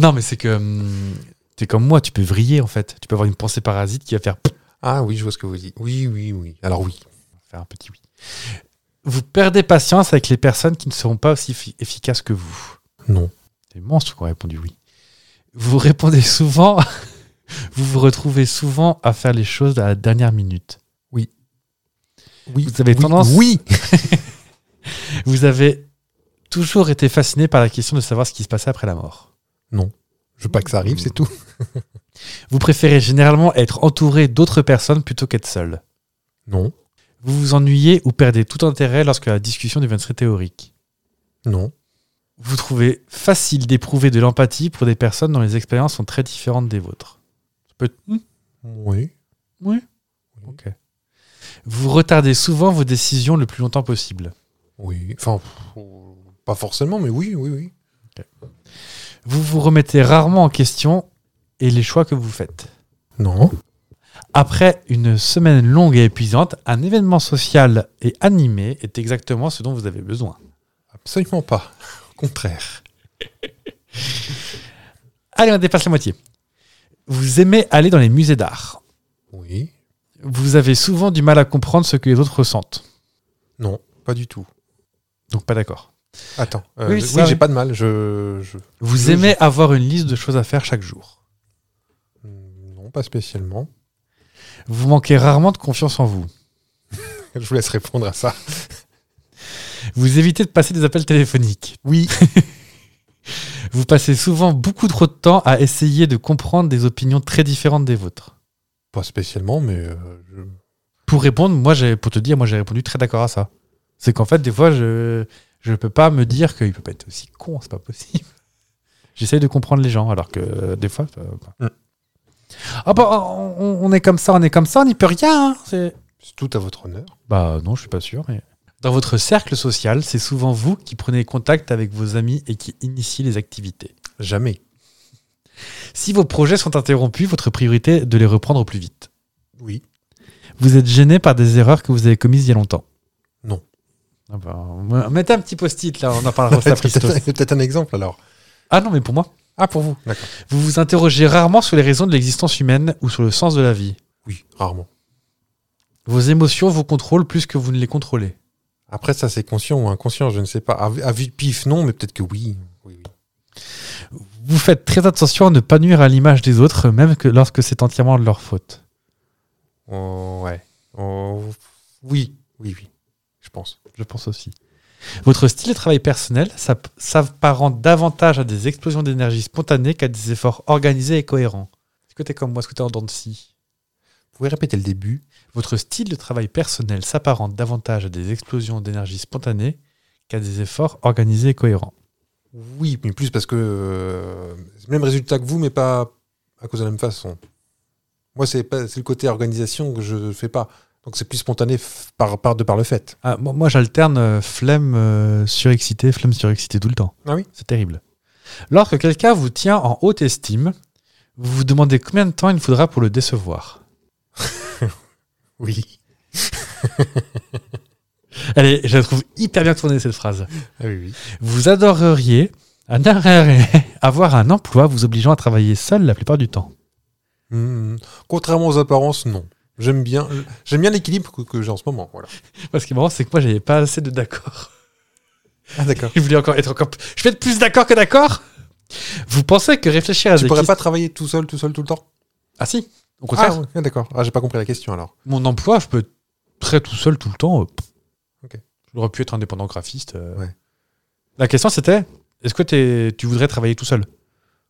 non, mais c'est que. hum, T'es comme moi, tu peux vriller, en fait. Tu peux avoir une pensée parasite qui va faire.
Ah oui, je vois ce que vous dites. Oui, oui, oui. Alors oui.
On va Faire un petit oui. Vous perdez patience avec les personnes qui ne seront pas aussi fi- efficaces que vous.
Non.
C'est monstre qui a répondu oui. Vous répondez souvent, vous vous retrouvez souvent à faire les choses à la dernière minute.
Oui.
Vous avez
oui,
tendance-
Oui.
Vous avez toujours été fasciné par la question de savoir ce qui se passait après la mort.
Je veux pas que ça arrive, c'est tout.
Vous préférez généralement être entouré d'autres personnes plutôt qu'être seul.
Non.
Vous vous ennuyez ou perdez tout intérêt lorsque la discussion devient très théorique.
Non.
Vous trouvez facile d'éprouver de l'empathie pour des personnes dont les expériences sont très différentes des vôtres. Ça peut être- Hmm,
Oui.
Oui. Ok. Vous retardez souvent vos décisions le plus longtemps possible.
Oui. Enfin, pff, pas forcément, mais oui, oui, oui.
Vous vous remettez rarement en question et les choix que vous faites.
Non.
Après une semaine longue et épuisante, un événement social et animé est exactement ce dont vous avez besoin.
Absolument pas. Au contraire.
Allez, on dépasse la moitié. Vous aimez aller dans les musées d'art.
Oui.
Vous avez souvent du mal à comprendre ce que les autres ressentent.
Non. Pas du tout.
Donc pas d'accord.
Attends. euh,
Oui,
oui,
c'est ça,
j'ai
oui.
pas de mal. Je, je-
Vous
Je-
aimez avoir une liste de choses à faire chaque jour.
Non, pas spécialement.
Vous manquez rarement de confiance en vous.
Je vous laisse répondre à ça.
Vous évitez de passer des appels téléphoniques.
Oui.
Vous passez souvent beaucoup trop de temps à essayer de comprendre des opinions très différentes des vôtres.
Pas spécialement, mais euh, je-
Pour répondre, moi, j'ai, pour te dire, moi j'ai répondu très d'accord à ça. C'est qu'en fait, des fois, je je peux pas me dire qu'il peut pas être aussi con, c'est pas possible. J'essaye de comprendre les gens, alors que euh, des fois. euh, bah.
Mm.
Ah bah, on, on est comme ça, on est comme ça, on n'y peut rien. hein, c'est-
c'est tout à votre honneur.
Bah non, je suis pas sûr. Mais... Dans votre cercle social, c'est souvent vous qui prenez contact avec vos amis et qui initiez les activités.
Jamais.
Si vos projets sont interrompus, votre priorité est de les reprendre au plus vite.
Oui.
Vous êtes gêné par des erreurs que vous avez commises il y a longtemps.
Non.
Ah bah, mettez un petit post-it là, on en parlera juste
C'est
après. Christos.
peut-être peut-être un exemple alors.
Ah non, mais pour moi.
Ah, pour vous. D'accord.
Vous vous interrogez rarement sur les raisons de l'existence humaine ou sur le sens de la vie.
Oui, rarement.
Vos émotions vous contrôlent plus que vous ne les contrôlez.
Après, ça, c'est conscient ou inconscient, je ne sais pas. À, vue- à vue de pif, non, mais peut-être que oui. Oui, oui.
Vous faites très attention à ne pas nuire à l'image des autres, même que lorsque c'est entièrement de leur faute.
Oh, ouais. Oh, oui, oui, oui. Je pense.
Je pense aussi. Votre style de travail personnel s'app- s'apparente davantage à des explosions d'énergie spontanées qu'à des efforts organisés et cohérents. Est-ce que t'es comme moi Est-ce que t'es en dents de scie
Vous pouvez répéter le début
Votre style de travail personnel s'apparente davantage à des explosions d'énergie spontanées qu'à des efforts organisés et cohérents.
Oui, mais plus parce que euh, c'est le même résultat que vous, mais pas à cause de la même façon. Moi, c'est pas- c'est le côté organisation que je fais pas. Donc c'est plus spontané f- par, par de par le fait.
Ah, moi, moi, j'alterne euh, flemme euh, surexcitée, flemme surexcitée tout le temps.
Ah oui
C'est terrible. Lorsque quelqu'un vous tient en haute estime, vous vous demandez combien de temps il faudra pour le décevoir.
Oui.
Allez, je la trouve hyper bien tournée cette phrase.
Ah oui, oui.
Vous adoreriez adorerait avoir un emploi vous obligeant à travailler seul la plupart du temps.
Hmm, Contrairement aux apparences, non. J'aime bien, j'aime bien l'équilibre que, que j'ai en ce moment. Voilà.
Parce que marrant, c'est que moi, j'avais pas assez de d'accord.
Ah d'accord.
Je voulais encore être encore. p- Je vais être plus d'accord que d'accord. Vous pensez que réfléchir à
Tu
des
pourrais
questions-
pas travailler tout seul, tout seul, tout le temps
Ah si. Au contraire,
Ah ouais, d'accord. Ah j'ai pas compris la question alors.
mon emploi, je peux être très tout seul tout le temps. euh, pff.
Ok.
J'aurais pu être indépendant graphiste. euh.
Ouais.
La question, c'était est-ce que t'es- tu voudrais travailler tout seul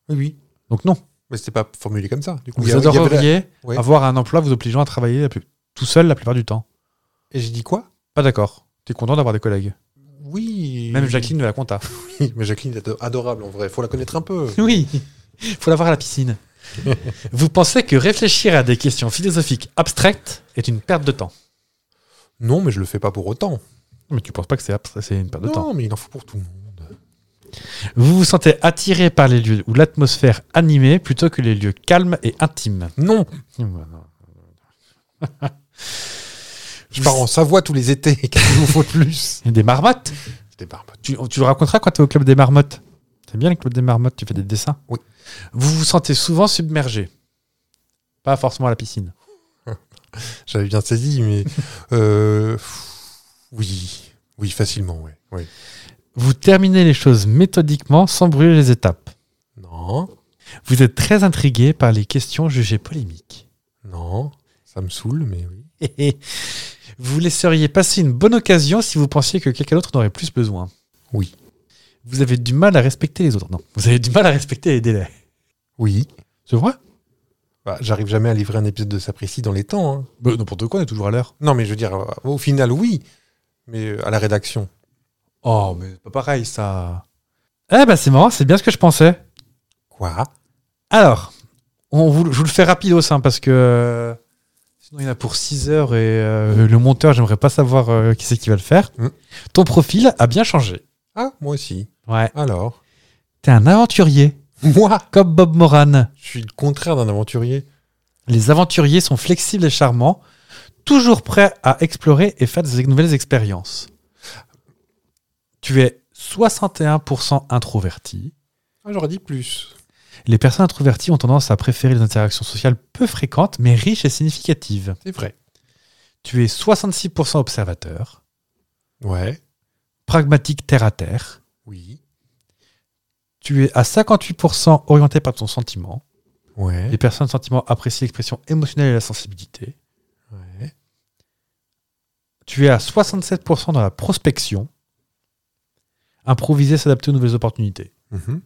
Oui, oui.
Donc non.
Mais c'était pas formulé comme ça. Du coup, il y
Vous
a- il y avait-
adoreriez
Ouais.
avoir un emploi vous obligeant à travailler la plus- tout seul la plupart du temps.
Et j'ai dit quoi
Pas d'accord. T'es content d'avoir des collègues.
Oui.
Même Jacqueline de la compta.
Oui, mais Jacqueline est ado- adorable en vrai. Faut la connaître un peu.
Oui, faut l'avoir à la piscine. Vous pensez que réfléchir à des questions philosophiques abstraites est une perte de temps
Non, mais je le fais pas pour autant.
Mais tu penses pas que c'est abstrait, c'est une perte de
non,
temps
mais il en faut pour tout le monde.
Vous vous sentez attiré par les lieux où l'atmosphère animée plutôt que les lieux calmes et intimes.
Non, je pars en Savoie tous les étés. Qu'est-ce qu'il vous faut de plus
Des marmottes
Je débarque.
tu, tu le raconteras quand tu es au club des marmottes. C'est bien le club des marmottes, tu fais des dessins.
Oui.
Vous vous sentez souvent submergé. Pas forcément à la piscine.
J'avais bien saisi, mais euh, oui, oui, facilement, oui. oui.
Vous terminez les choses méthodiquement sans brûler les étapes.
Non,
Vous êtes très intrigué par les questions jugées polémiques.
non, ça me saoule, mais oui.
vous laisseriez passer une bonne occasion si vous pensiez que quelqu'un d'autre en aurait plus besoin.
Oui.
Vous avez du mal à respecter les autres. Non, vous avez du mal à respecter les délais.
Oui.
C'est vrai
Bah, J'arrive jamais à livrer un épisode de Sapristi dans les temps. hein.
bah, N'importe quoi, on est toujours à l'heure.
Non, mais je veux dire, euh, au final, oui, mais euh, à la rédaction.
Oh, mais c'est pas pareil, ça. Eh ben, c'est marrant, c'est bien ce que je pensais.
Quoi
Alors, on vous, je vous le fais rapidos, hein, parce que euh, sinon il y en a pour 6 heures et euh, le monteur, j'aimerais pas savoir euh, qui c'est qui va le faire.
Mm.
Ton profil a bien changé.
Ah, moi aussi.
Ouais.
Alors
T'es un aventurier,
Moi
comme Bob Moran.
Je suis le contraire d'un aventurier.
Les aventuriers sont flexibles et charmants, toujours prêts à explorer et faire des nouvelles expériences. Tu es 61% introverti.
Ah, J'aurais dit plus.
Les personnes introverties ont tendance à préférer les interactions sociales peu fréquentes mais riches et significatives.
C'est vrai.
Tu es 66% observateur,
Ouais.
pragmatique terre à terre.
Oui.
Tu es à 58% orienté par ton sentiment.
Ouais.
Les personnes de sentiment apprécient l'expression émotionnelle et la sensibilité.
ouais.
Tu es à 67% dans la prospection. Improviser, s'adapter aux nouvelles opportunités.
Mhm.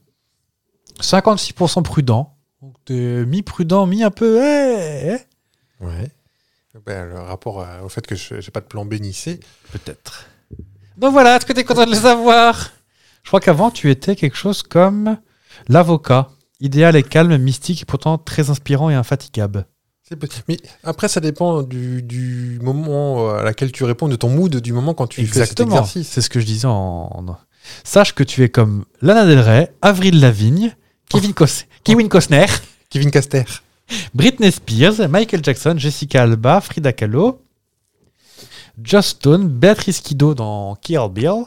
56% prudent. Donc t'es mi-prudent, mi-un peu. eh, eh,
Ouais. Ben, le rapport à- au fait que je n'ai pas de plan B ni C.
Peut-être. Donc voilà, est-ce que t'es content de le savoir Je crois qu'avant, tu étais quelque chose comme l'avocat. Idéal et calme, mystique et pourtant très inspirant et infatigable.
C'est possible. Mais après, ça dépend du, du moment euh, à laquelle tu réponds, de ton mood, du moment quand tu fais
Exactement.
cet exercice.
C'est ce que je disais en. en- Sache que tu es comme Lana Del Rey, Avril Lavigne, Kevin
Oh.
Cos- Kevin Costner,
Kevin Caster.
Britney Spears, Michael Jackson, Jessica Alba, Frida Kahlo, Joss Stone, Béatrice Kiddo dans Kill Bill,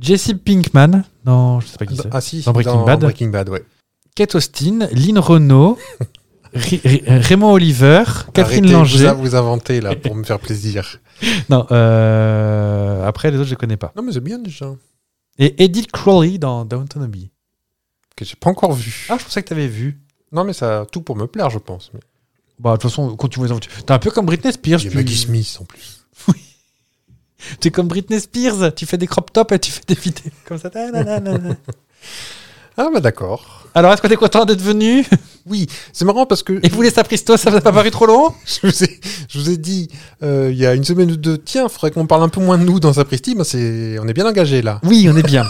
Jesse Pinkman dans je sais pas qui c'est,
Ah si,
Dans Breaking Bad.
Breaking Bad, ouais.
Kate Austin, Lynn Renault, Ri- Ri- euh, Raymond Oliver, Catherine
Arrêtez,
Langer.
Vous, a- vous inventez là pour me faire plaisir.
Non, euh, après les autres je les connais pas.
Non mais c'est bien déjà.
Et Edith Crowley dans Downton Abbey.
Que j'ai pas encore vu.
Ah je pensais que t'avais vu.
Non mais ça a tout pour me plaire, je pense. Mais...
Bah, de toute façon, continuons les aventures. T'es un peu comme Britney Spears.
Il y a Maggie
Ah, Tu
Smith en plus.
es comme Britney Spears. Tu fais des crop tops et tu fais des vidéos comme ça. Ta- na- na- na- na.
Ah bah d'accord.
Alors, est-ce qu'on est content d'être venu
Oui, c'est marrant parce que
Et vous, les sapristos, ça vous a pas paru trop long
je vous ai, je vous ai dit euh, il y a une semaine ou deux, tiens, faudrait qu'on parle un peu moins de nous dans Sapristi, ben c'est on est bien engagé là.
Oui, on est bien.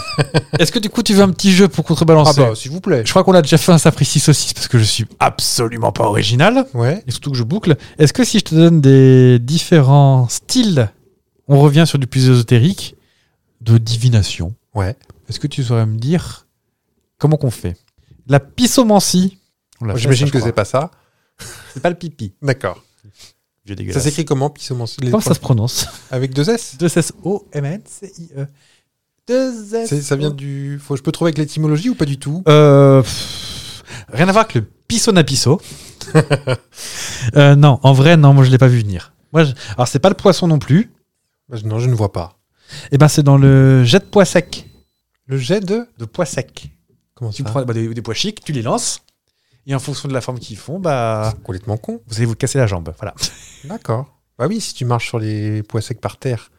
est-ce que du coup, tu veux un petit jeu pour
Ah
contrebalancer
bah s'il vous plaît.
Je crois qu'on a déjà fait un sapristi saucisse parce que je suis absolument pas original.
Ouais.
Et surtout que je boucle. Est-ce que si je te donne des différents styles, on revient sur du plus ésotérique, de divination
Ouais.
Est-ce que tu saurais me dire comment qu'on fait La pissomancie. On l'a fait,
J'imagine
ça,
que
je
c'est
crois.
pas ça.
C'est pas le pipi.
D'accord. Ça s'écrit comment Pissomancie les
Comment ça
trois-
se prononce
Avec deux S
2 s o m n c i e 2
C'est-
s
Ça vient du. Faut, je peux trouver avec l'étymologie ou pas du tout
Euh, pff, rien à voir avec le pissonapisso. euh, non, en vrai, non, moi je l'ai pas vu venir. Moi, je- Alors c'est pas le poisson non plus.
Bah, je- Non, je ne vois pas.
Et ben c'est dans le jet de pois sec.
Le jet de.
De pois sec.
Comment
Tu
ça
prends bah, des, des pois chics, tu les lances. Et en fonction de la forme qu'ils font, bah,
C'est Ah, complètement con.
vous allez vous casser la jambe. Voilà.
D'accord. Bah oui, si tu marches sur les pois secs par terre.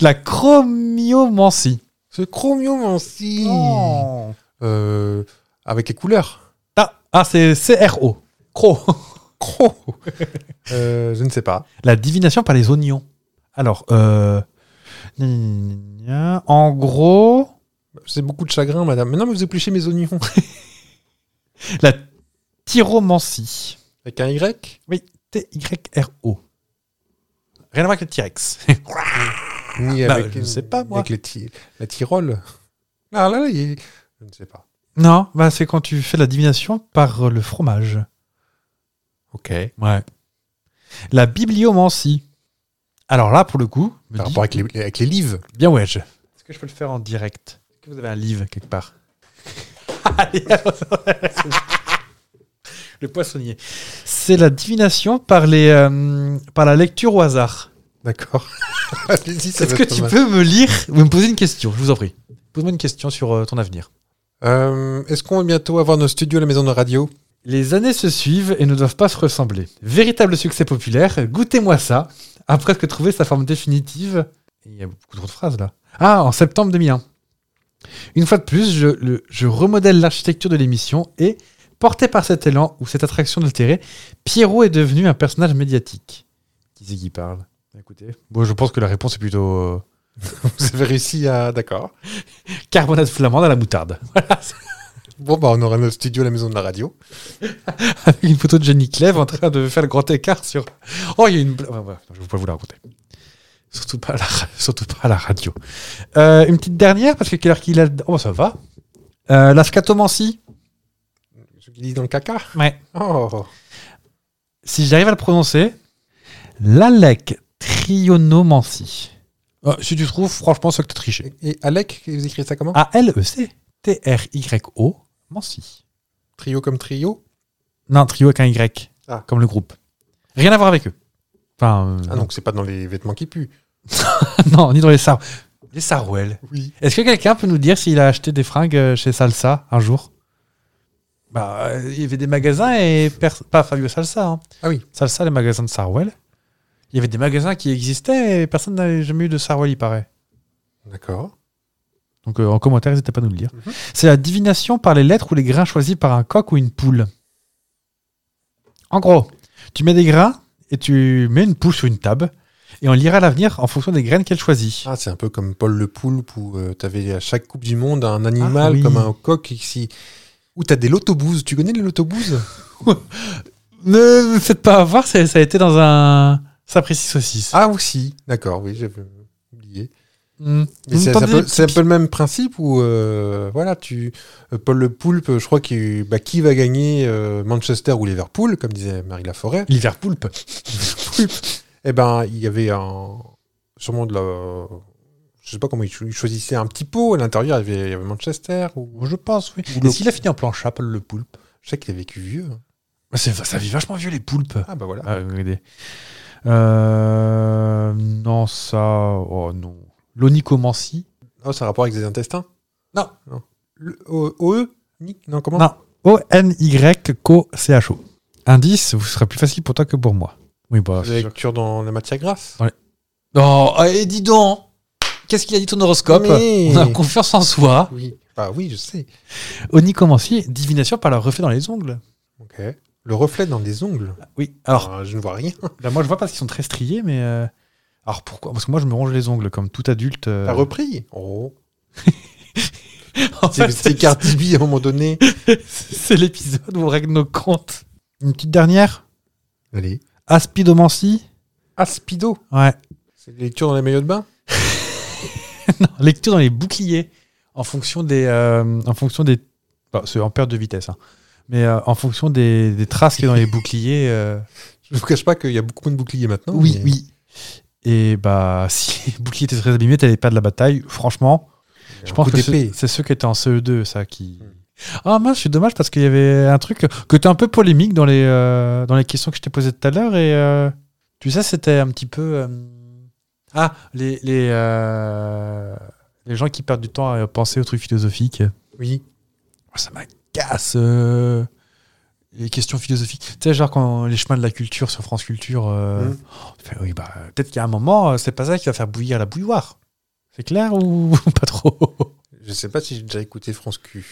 la chromiomancie.
Ce chromium-mancie
Oh.
euh, Avec les couleurs.
Ah, ah, c'est CRO. Cro.
Cro Euh, Je ne sais pas.
La divination par les oignons. Alors, euh, gna, gna, gna, gna. en gros,
C'est beaucoup de chagrin, madame. Mais non, mais vous épluchez mes oignons.
la tyromancie.
Avec un Y
T-Y-R-O. Rien à voir avec le E T-Rex.
Ni
Bah,
avec.
je ne sais pas, moi.
Avec les ti- la Tyrol. Ah là là, il- je ne sais pas.
non, bah, c'est quand tu fais la divination par euh, le fromage.
Ok.
Ouais. La bibliomancie. Alors là, pour le coup, me
Par
dis-
rapport avec les, avec les livres.
Bien ouais. je- Est-ce que je peux le faire en direct Est-ce que vous avez un livre quelque part Allez, allons-y. Le poissonnier. C'est la divination par, les, euh, par la lecture au hasard.
D'accord. Allez-y, ça
Est-ce
va
que
être pas
tu
mal.
peux me lire ou me poser une question Je vous en prie. Pose-moi une question sur euh, ton avenir.
Euh, Est-ce qu'on va bientôt avoir nos studios à la maison de radio
Les années se suivent et ne doivent pas se ressembler. Véritable succès populaire, goûtez-moi ça, a presque trouvé sa forme définitive. Il y a beaucoup trop de phrases là. Ah, en septembre 2001. Une fois de plus, je, le- je remodèle l'architecture de l'émission et, porté par cet élan ou cette attraction d'altéré, Pierrot est devenu un personnage médiatique. Qui c'est qui parle Écoutez. Bon, je pense que la réponse est plutôt euh,
Vous avez réussi à. D'accord.
carbonate flamande à la moutarde.
Bon, bah, on aura nos studios à la maison de la radio.
Avec une photo de Jenny Clève en train de faire le grand écart sur. Oh, il y a une. bla- ouais, ouais, je ne vais pas vous la raconter. Surtout pas à la, ra- surtout pas à la radio. Euh, une petite dernière, parce que quelle heure qu'il a. Oh, ça va. Euh, la scatomancie.
Je lis dans le caca.
Ouais.
Oh.
Si j'arrive à le prononcer, l'alec trionomancie. Euh, si tu trouves, franchement, c'est que tu as triché. E
Et- Et Alec, vous écrivez ça comment Ah,
A-L-E-C-T-R-Y-O, mancie.
Trio comme trio
Non, trio avec un Y.
Ah.
Comme le groupe. Rien à voir avec eux. Enfin, euh,
Ah, donc c'est pas dans les vêtements qui puent.
non, ni dans les sar... Les sarouels.
Oui.
Est-ce que quelqu'un peut nous dire s'il a acheté des fringues euh, chez Salsa un jour bah, euh, Il y avait des magasins et pers- pas Fabio Salsa. hein.
Ah oui.
Salsa, les magasins de Sarwell. Il y avait des magasins qui existaient et personne n'avait jamais eu de Sarwell, il paraît.
D'accord.
Donc euh, en commentaire, n'hésitez pas à nous le dire.
Mhm.
C'est la divination par les lettres ou les grains choisis par un coq ou une poule. En gros, tu mets des grains et tu mets une poule sur une table et on lira l'avenir en fonction des graines qu'elle choisit.
Ah, c'est un peu comme Paul le Poulpe où euh, t'avais à chaque Coupe du Monde un animal
Ah, oui.
comme un coq ici. Ou t'as des lotobouses. Tu connais les lotobouses
Ne me faites pas avoir, ça, ça a été dans un. Ça précise saucisse.
Ah, aussi. D'accord, oui, j'avais oublié.
Mm.
Mais
Vous
c'est c'est un,
m'entendez,
peu-
les
c'est un
petits-
peu le même principe où, euh, voilà, tu, euh, Paul le Poulpe, je crois qu'il- bah, qui va gagner euh, Manchester ou Liverpool, comme disait Marie Laforêt.
L'hiver poulpe.
Eh ben, il y avait un, sûrement de la. Je sais pas comment il cho- il choisissait un petit pot. À l'intérieur, il y avait, il y avait Manchester. Ou,
Je pense, oui.
le-
Et s'il a fini en planche, Paul le poulpe
je sais qu'il a vécu vieux. hein.
Ça vit vachement vieux, les poulpes.
Ah, bah voilà.
Ah, regardez. Euh, non, ça. Oh non. L'onicomancie
Oh, ça a rapport avec les intestins Non. non. Le- O- OE Nick Non, comment
Non. O-N-Y-C-O-C-H-O. Indice, vous serez plus facile pour toi que pour moi. Oui, bah.
Vous avez lecture dans la matière grasse
Non, et dis donc Qu'est-ce qu'il a dit ton horoscope euh,
Mais-
On a confiance en soi.
Oui. Ah, oui, je sais.
Onicomancie, divination par le reflet dans les ongles.
Ok. Le reflet dans les ongles.
Oui, alors
Ah, je ne vois rien.
Bah, moi, je vois parce qu'ils sont très striés, mais. euh, Alors pourquoi Parce que moi, je me ronge les ongles comme tout adulte. euh,
T'as repris Oh.
en fait,
C'est c'est Cardi B à un moment donné.
c'est l'épisode où on règle nos comptes. Une petite dernière
Allez.
Aspidomancie
Aspido.
Ouais.
C'est des lectures dans les maillots de bain
Non, lecture dans les boucliers. En fonction des. euh, en fonction des. bah, c'est en perte de vitesse. hein. Mais euh, en fonction des, des traces qu'il y a dans les boucliers. euh,
Je vous cache pas qu'il y a beaucoup moins de boucliers maintenant.
oui,
mais-
oui. Et bah, si les boucliers étaient très abîmés, t'allais perdre la bataille. Franchement, je
Un
pense
coup
que c'est
d'épée.
c'est ceux qui étaient en CE2, ça, qui.
Hmm.
Ah mince, c'est dommage parce qu'il y avait un truc que tu un peu polémique dans les, euh, dans les questions que je t'ai posées tout à l'heure. Et euh, tu sais, c'était un petit peu. euh, ah, les, les, euh, les gens qui perdent du temps à penser aux trucs philosophiques.
Oui.
Oh, Ça m'agace. euh, les questions philosophiques. Tu sais, genre quand les chemins de la culture sur France Culture. euh,
Mm.
on fait, oui, bah, peut-être qu'il y a un moment, euh, c'est pas ça qui va faire bouillir la bouilloire. C'est clair ou pas trop
Je sais pas si j'ai déjà écouté France Q.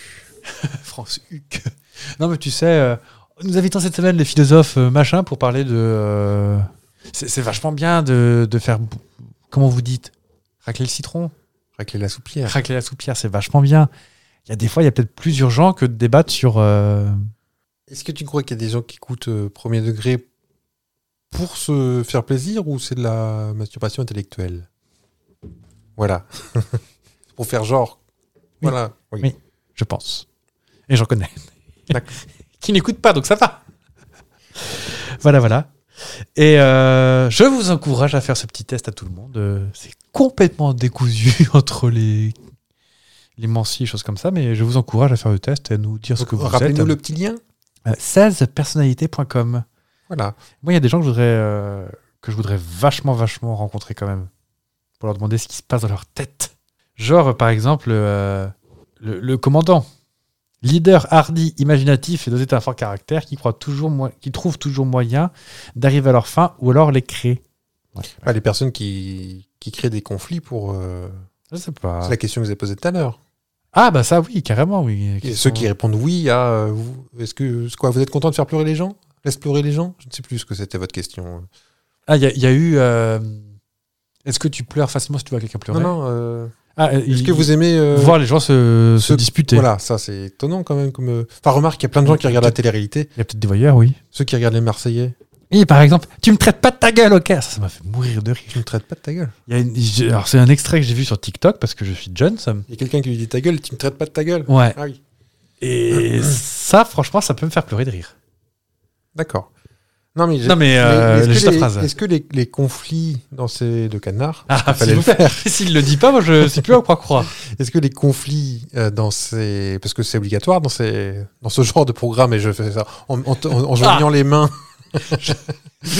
France Huc. Non, mais tu sais, euh, nous invitons cette semaine les philosophes euh, machin pour parler de. euh, c'est c'est vachement bien de, de faire. bou- Comment vous dites Racler le citron
Racler la soupière.
Racler la soupière, c'est vachement bien. Il y a des fois, il y a peut-être plus urgent que de débattre sur. euh,
Est-ce que tu crois qu'il y a des gens qui écoutent euh, premier degré pour se faire plaisir ou c'est de la masturbation intellectuelle Voilà. pour faire genre. Voilà. Oui.
Oui. je pense. Et j'en connais.
D'accord.
Qui n'écoutent pas, donc ça va. voilà, voilà. Et euh, je vous encourage à faire ce petit test à tout le monde. Euh, C'est complètement décousu entre les les mensies et choses comme ça, mais je vous encourage à faire le test et à nous dire ce que vous êtes.
Rappelez-nous le petit lien.
Euh, 16personnalités.com.
Voilà.
Moi, il y a des gens que je voudrais, euh, que je voudrais vachement, vachement rencontrer quand même. Pour leur demander ce qui se passe dans leur tête. Genre, euh, par exemple, euh, le, le commandant. Leader hardi, imaginatif et doté d'un fort caractère qui, croit toujours mo- qui trouve toujours moyen d'arriver à leur fin ou alors les créer. Ouais.
Ah, les personnes qui, qui créent des conflits pour. euh,
Je sais pas.
C'est la question que vous avez posée tout à l'heure.
Ah, bah ça, oui, carrément, oui.
Et ceux qui répondent oui à. euh, vous- Est-ce que c'est quoi Vous êtes content de faire pleurer les gens Laisse pleurer les gens Je ne sais plus ce que c'était votre question.
Ah, il y, a- il y a eu. euh, Est-ce que tu pleures facilement si tu vois quelqu'un pleurer
Non, non. euh,
Ah, euh,
Est-ce
il-
que vous aimez euh,
voir les gens se, se
ce-
disputer
Voilà, ça c'est étonnant quand même. Comme... euh, Enfin, remarque, il y a plein de gens qui regardent la télé-réalité.
Il y a peut-être des voyeurs, oui.
Ceux qui regardent les Marseillais,
Et par exemple, tu me traites pas de ta gueule, ok Ça, ça m'a fait mourir de rire.
tu ne traites pas de ta gueule.
Il y a une- j'ai- Alors, c'est un extrait que j'ai vu sur TikTok parce que je suis jeune, ça me-
Il y a quelqu'un qui lui dit ta gueule, tu ne traites pas de ta gueule.
Ouais.
Ah oui,
Et ça, franchement, ça peut me faire pleurer de rire.
d'accord. Non, mais, j'ai-
Non, mais, euh,
est-ce que
juste la
les-
phrase.
Est-ce que les, les conflits dans ces deux canards,
Ah,
fallait
s'il
le
vous plaît. S'il le dit pas, moi, je sais plus à quoi croire.
est-ce que les conflits euh, dans ces. Parce que c'est obligatoire dans, ces, dans ce genre de programme, et je fais ça en, en, en- en joignant les mains.
Je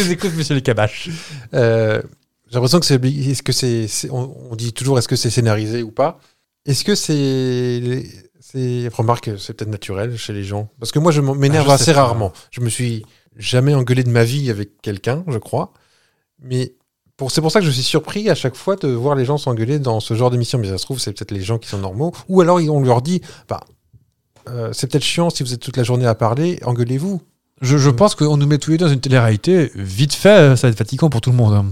vous écoute, monsieur le cabache.
Euh, j'ai l'impression que c'est obli- est-ce que c'est c'est- on, on dit toujours est-ce que c'est scénarisé ou pas Est-ce que c'est c'est remarque c'est peut-être naturel chez les gens parce que moi je m'en- m'énerve
Ah, je sais
assez
pas.
rarement. Je me suis jamais engueulé de ma vie avec quelqu'un, je crois. Mais pour, c'est pour ça que je suis surpris à chaque fois de voir les gens s'engueuler dans ce genre d'émission. Mais ça se trouve, c'est peut-être les gens qui sont normaux. Ou alors, ils- on leur dit, bah, euh, c'est peut-être chiant si vous êtes toute la journée à parler, engueulez-vous.
Je, je pense qu'on nous met tous les deux dans une télé-réalité. Vite fait, euh, ça va être fatigant pour tout le monde. hein.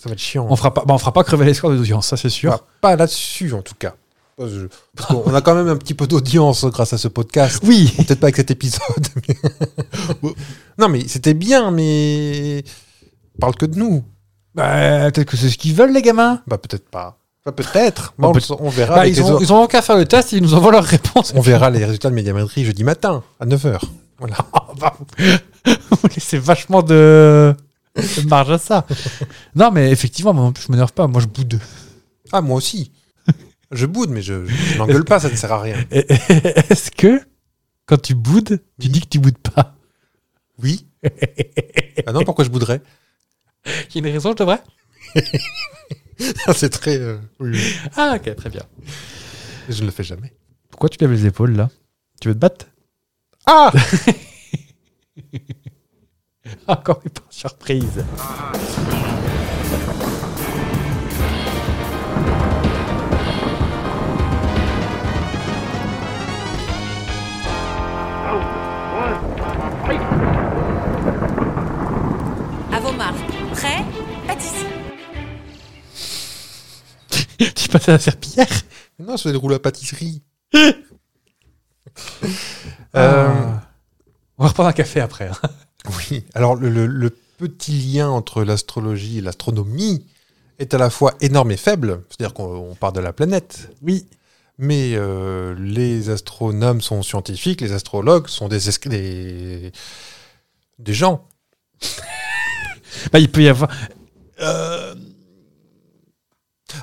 Ça va être chiant.
On fera pas, bah, on fera pas crever les scores de l'audience, ça c'est sûr.
Bah, pas là-dessus, en tout cas. Parce que- parce qu'on a quand même un petit peu d'audience hein, grâce à ce podcast.
Oui.
Peut-être pas avec cet épisode. mais- non, mais c'était bien, mais. on Parle que de nous.
Bah, peut-être que c'est ce qu'ils veulent, les gamins.
Bah, peut-être pas. Bah, peut-être.
Bah,
Bah, on,
peut-
on verra.
Bah,
avec
ils,
les
ont,
autres.
ils ont qu'à faire le test et ils nous envoient leurs réponses.
On verra les résultats de Médiamétrie jeudi matin, à 9h. Voilà.
Oh, bah, Vous laissez vachement de... de marge à ça. non, mais effectivement, moi non plus, je m'énerve pas. Moi, je boude.
Ah, moi aussi. Je boude, mais je, je n'engueule pas, ça ne sert à rien.
Et- et- Est-ce que, quand tu boudes, tu dis que tu boudes pas
Oui. Ah non, pourquoi je bouderais
Il y a une raison, je devrais
C'est très. euh, oui, oui.
Ah, ok, très bien.
Je ne le fais jamais.
Pourquoi tu lèves les épaules, là Tu veux te battre
Ah
Encore une bonne surprise.
À vos marques. Prêt Pas d'ici.
tu passes à la serpillière
Non, je fais des rouleaux à pâtisserie.
Eh
Euh,
Ah. On va reprendre un café après. hein.
oui. Alors, le, le- le petit lien entre l'astrologie et l'astronomie est à la fois énorme et faible. C'est-à-dire qu'on on part de la planète.
Oui.
Mais euh, les astronomes sont scientifiques, les astrologues sont des, esc- des, des gens.
Bah, il peut y avoir... Euh,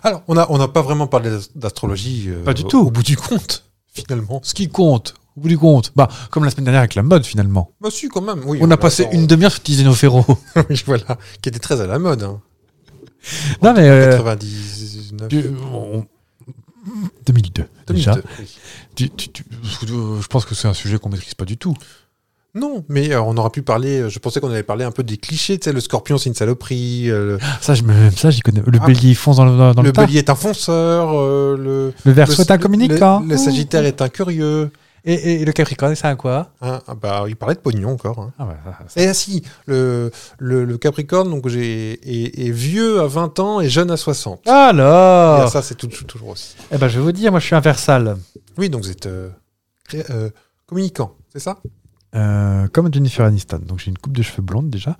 Alors, on n'a on n'a pas vraiment parlé d'as- d'astrologie euh,
Pas du tout.
au bout du compte, finalement.
ce qui compte, au bout du compte, bah, comme la semaine dernière avec la mode, finalement.
Bah, si, quand même. Oui,
On a passé une demi-heure sur Tiziano Ferro.
Oui, voilà, qui était très à la mode. hein.
non mais euh,
99.
tu- on- 2002 déjà.
2002, oui.
Tu- tu- tu- je pense que c'est un sujet qu'on maîtrise pas du tout.
Non, mais euh, on aura pu parler. euh, Je pensais qu'on allait parler un peu des clichés. Tu sais, le scorpion, c'est une saloperie. euh,
Ah, Ça, je, même ça, j'y connais. Le
Ah.
bélier il fonce dans le dans, dans
le
le, tas.
bélier est un fonceur. euh, le,
Le verso
le-
est un hein. communicant.
Le, le sagittaire est un curieux.
Et, et- et le capricorne, c'est un quoi
hein. Ah bah, il parlait de pognon encore. hein.
ah, bah, ça- ça-
Et ah, si, le, le, le capricorne donc, j'ai, est, est vieux à 20 ans et jeune à 60.
Ah.
Et
Alors
ça, c'est tout- tout- toujours aussi.
Eh ben, je vais vous dire, moi, je suis inversal.
Oui, donc vous êtes euh, cré- euh, communicant, c'est ça
Euh, comme Jennifer Aniston. Donc, j'ai une coupe de cheveux blonde déjà.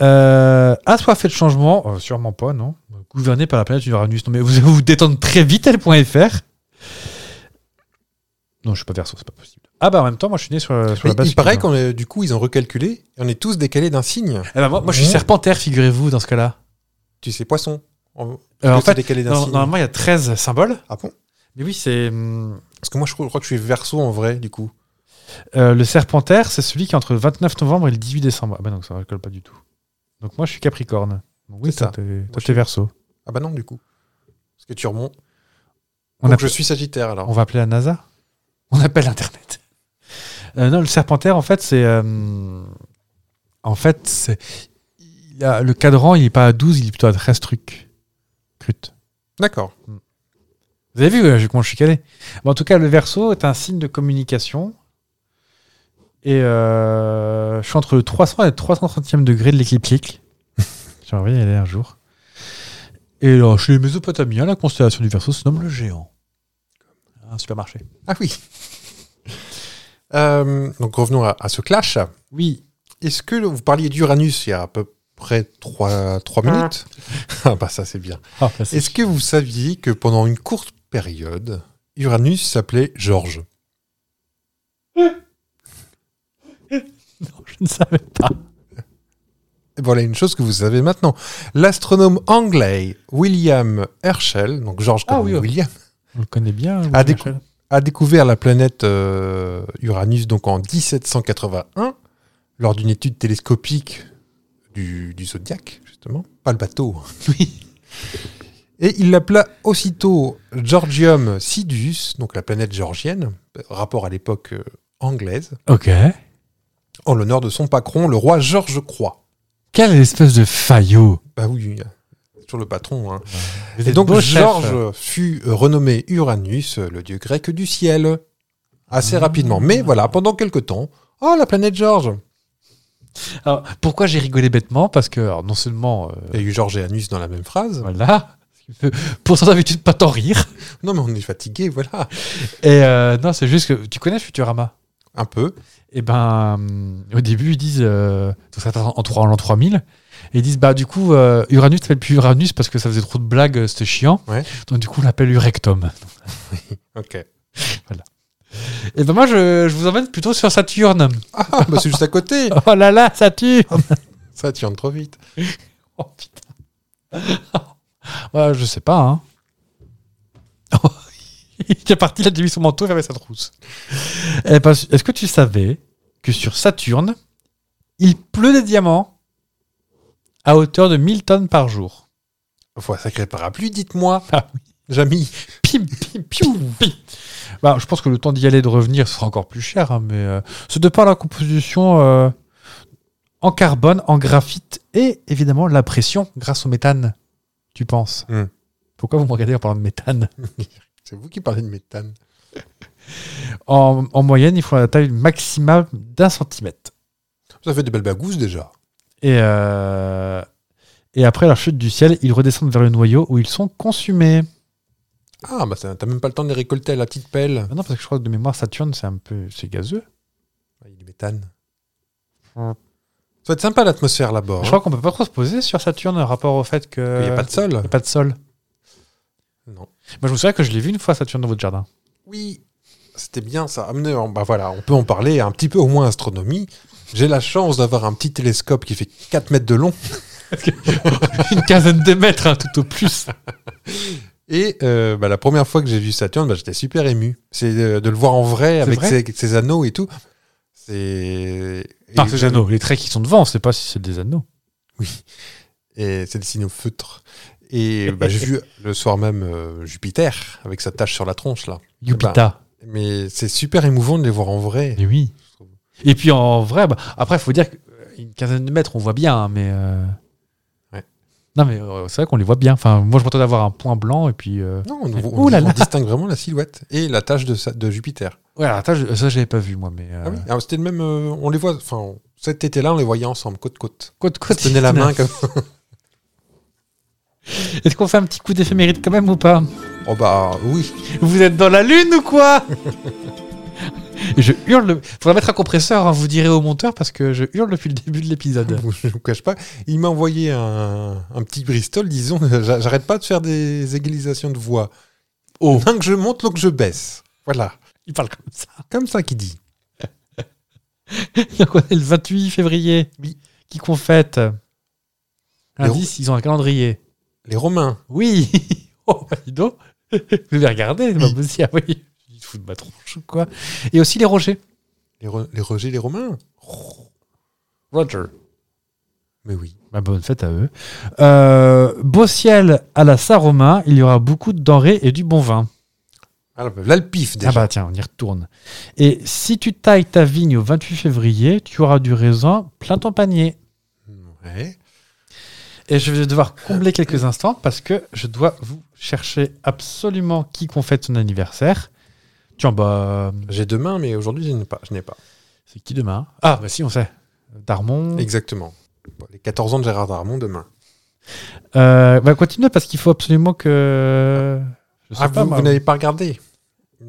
Euh, assoiffé de changement, euh, sûrement pas, non Gouverné par la planète Uranus. Non, mais vous vous détendre très vite, elle.fr. Non, je suis pas verso, c'est pas possible. Ah, bah en même temps, moi je suis né sur, la- sur
Mais
la base.
Il paraît
féminin.
qu'on est- du coup, ils ont recalculé et on est tous décalés d'un signe.
Eh ben, moi, moi, je suis
Ouais.
serpentaire, figurez-vous, dans ce cas-là.
Tu sais, poisson. En,
Euh, en
en fait,
fait,
décalé d'un
non-
signe.
normalement, il y a 13 symboles.
Ah bon
Mais oui, c'est. hum,
Parce que moi, je crois, je crois que je suis verso en vrai, du coup.
Euh, le Serpentaire, c'est celui qui est entre le 29 novembre et le 18 décembre. Ah bah donc ça ne colle pas du tout. Donc moi je suis Capricorne. Donc oui,
C'est ça.
toi, t'es-
je
toi
suis-
t'es verso.
Ah bah non, du coup. Parce que tu remontes.
On
Donc
a-
je suis Sagittaire alors.
On va appeler la NASA On appelle Internet. Euh, non, le serpentaire, en fait, c'est. euh, en fait, c'est. il a- le cadran, il n'est pas à 12, il est plutôt à 13 trucs. Crut.
D'accord.
Vous avez vu euh, comment je suis calé Bon, En tout cas, le verso est un signe de communication. Et euh, je suis entre le 300 et le 330e degré de l'écliptique. J'ai envie d'y aller un jour. Et alors, chez les Mésopotamiens, la constellation du verso se nomme le géant. Un supermarché.
Ah oui. Euh, donc revenons à, à ce clash.
Oui,
Est-ce que vous parliez d'Uranus il y a à peu près 3, minutes Ah bah ça c'est bien.
Ah, bah, c'est-
Est-ce que vous saviez que pendant une courte période, Uranus s'appelait Georges
non, je ne savais pas.
Et Voilà une chose que vous savez maintenant. L'astronome anglais William Herschel, donc George
Ah
comme
oui, oui.
William,
On le connaît bien.
Ah, des coups. a découvert la planète euh, Uranus donc en 1781 lors d'une étude télescopique du, du Zodiac, justement. Pas le bateau.
Oui.
Et il l'appela aussitôt Georgium Sidus, donc la planète géorgienne, rapport à l'époque euh, anglaise,
Ok.
en l'honneur de son patron, le roi Georges Croix.
Quelle espèce de faillot.
Bah oui, euh, sur le patron. hein.
Vous
Et
êtes
donc
beau chef.
Georges fut euh, renommé Uranus, euh, le dieu grec du ciel, assez
Ah.
rapidement. Mais voilà, pendant quelques temps, oh la planète Georges
Alors, pourquoi j'ai rigolé bêtement Parce que alors, non seulement. euh,
Il y a eu Georges et Anus dans la même phrase.
voilà. Pour son habitude, pas tant rire.
Non mais on est fatigué, voilà.
Et euh, non, c'est juste que tu connais Futurama.
Un peu.
Et ben, hum, au début, ils disent. euh, donc ça passe en, en trois- en l'an 3000. Et ils disent, bah, du coup, euh, Uranus s'appelle plus Uranus parce que ça faisait trop de blagues, euh, c'était chiant.
Ouais.
Donc, du coup, on l'appelle Urectum.
Ok.
Et ben, moi, je, je vous emmène plutôt sur Saturne.
Ah bah c'est juste à côté.
Oh là là, Saturne
Ça tient trop vite.
Oh putain. ouais, je sais pas. Hein. Oh, il est parti, il a mis son manteau, il avait sa trousse. Eh ben, Est-ce que tu savais que sur Saturne, il pleut des diamants à hauteur de 1000 tonnes par jour
Faut un sacré parapluie, dites-moi.
Ah
Jamy.
Pim, pim, piou, pim. Bah, je pense que le temps d'y aller et de revenir sera encore plus cher, hein, mais euh, c'est de par la composition euh, en carbone, en graphite et évidemment la pression grâce au méthane. Tu penses
Hmm.
Pourquoi vous me regardez en parlant de méthane
C'est vous qui parlez de méthane.
en, en moyenne, il faut la taille maximale d'un centimètre.
Ça fait des belles bagousses déjà.
Et, euh, et après la chute du ciel, ils redescendent vers le noyau où ils sont consumés.
Ah bah ça- t'as même pas le temps de les récolter à la petite pelle.
Ah non, parce que je crois que de mémoire, Saturne, c'est un peu c'est gazeux.
Ah, Il y a du méthane.
Hmm.
Ça va être sympa l'atmosphère
Je
là-bas. hein.
crois qu'on peut pas trop se poser sur Saturne en rapport au fait que.
Il n'y a pas de sol.
Il y a pas de sol.
Non.
Moi, je me souviens que je l'ai vu une fois, Saturne, dans votre jardin.
Oui, c'était bien ça. Amené, en- bah voilà, on peut en parler un petit peu au moins astronomie. J'ai la chance d'avoir un petit télescope qui fait 4 mètres de long.
une quinzaine de mètres, hein, tout au plus.
Et euh, bah, la première fois que j'ai vu Saturne, bah, j'étais super ému. C'est euh, de le voir en vrai avec
vrai
ses, ses anneaux et tout. C'est.
Enfin,
et-
ces anneaux, les traits qui sont devant, on sait pas si c'est des anneaux.
Et c'est dessiné au feutre. Et bah, j'ai vu le soir même euh, Jupiter avec sa tache sur la tronche là.
Jupiter.
Mais c'est super émouvant de les voir en vrai.
Mais oui. Et puis en vrai, bah, après, il faut dire qu'une quinzaine de mètres, on voit bien, hein, mais. euh,
Ouais.
Non, mais euh, c'est vrai qu'on les voit bien. Enfin, moi, je m'entends d'avoir un point blanc, et puis. euh,
Non, on, on-
Ouh là
on
là.
distingue vraiment la silhouette et la tache de, Sa- de Jupiter.
Ouais, alors, attends, je- ça, je l'avais pas vu, moi, mais. euh,
Ah oui, ah, c'était le même. euh, on les voit. Enfin, cet été-là, on les voyait ensemble, côte côte.
Côte,
On
côte.
se tenait la main comme.
Est-ce qu'on fait un petit coup d'éphéméride quand même ou pas
Oh bah oui.
Vous êtes dans la lune ou quoi Et je hurle. Faudra mettre un compresseur, hein, vous direz au monteur, parce que je hurle depuis le début de l'épisode.
Je vous cache pas. Il m'a envoyé un, un petit Bristol, disons. J'a- J'arrête pas de faire des égalisations de voix. Oh. L'un que je monte, l'autre que je baisse. Voilà.
Il parle comme ça.
Comme ça qu'il dit.
Donc on est le 28 février.
Oui.
Qui qu'on fête
Les
Indice, ils ont un calendrier.
Les Romains.
Oui Oh, bah, dis donc Vous avez regardé, c'est pas possible. Ah oui, il se fout de ma tronche ou quoi Et aussi les rochers.
Les, Ro- les Roger, les Romains
Roger.
Mais oui.
Bah, bonne fête à eux. Euh, beau ciel à la Saint-Romain, il y aura beaucoup de denrées et du bon vin.
Alors, là, le pif, déjà.
Ah bah tiens, on y retourne. Et si tu tailles ta vigne au 28 février, tu auras du raisin plein ton panier. bah.
Ouais.
Et je vais devoir combler quelques instants parce que je dois vous chercher absolument qui qu'on fête son anniversaire. Tiens, bah,
J'ai demain, mais aujourd'hui, je n'ai pas. Je n'ai pas.
c'est qui demain Ah, bah si, on sait. Darmon.
Exactement. Bon, Les 14 ans de Gérard Darmon demain.
Euh, bah, continue parce qu'il faut absolument que. Je sais
Ah,
pas,
vous,
moi.
vous n'avez pas regardé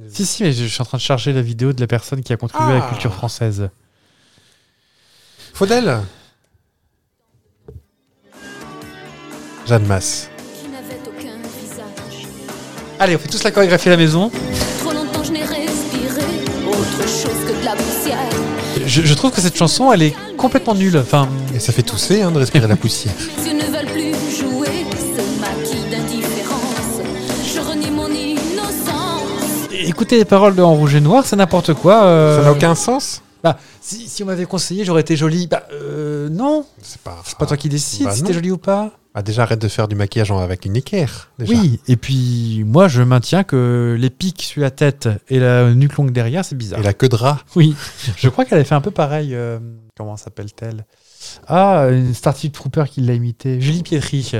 Si, si, mais je suis en train de charger la vidéo de la personne qui a contribué à la
Ah.
culture française.
Faudel Jeanne Masse.
qui n'avait aucun visage.
Allez, on fait tous la chorégraphie à la maison.
Trop longtemps je n'ai respiré autre chose que de la poussière.
Je, je trouve que cette chanson, elle est complètement nulle. Enfin,
Et ça fait tousser hein, de respirer la poussière.
Mes yeux ne veulent plus jouer ce maquis d'indifférence. Je renie mon innocence.
écoutez les paroles de En Rouge et Noir, c'est n'importe quoi. euh,
Ça n'a aucun sens
Bah, si, si on m'avait conseillé, j'aurais été jolie. Bah, euh, non,
C'est pas,
c'est pas toi qui décides
bah
si
non.
t'es jolie ou pas.
Ah, déjà, arrête de faire du maquillage en- avec une équerre. Déjà.
Oui, et puis moi, je maintiens que les pics sur la tête et la nuque longue derrière, c'est bizarre.
Et la queue de rat.
Oui, je crois qu'elle avait fait un peu pareil. euh, comment s'appelle-t-elle Ah, une Starship Trooper qui l'a imité. Julie Pietri.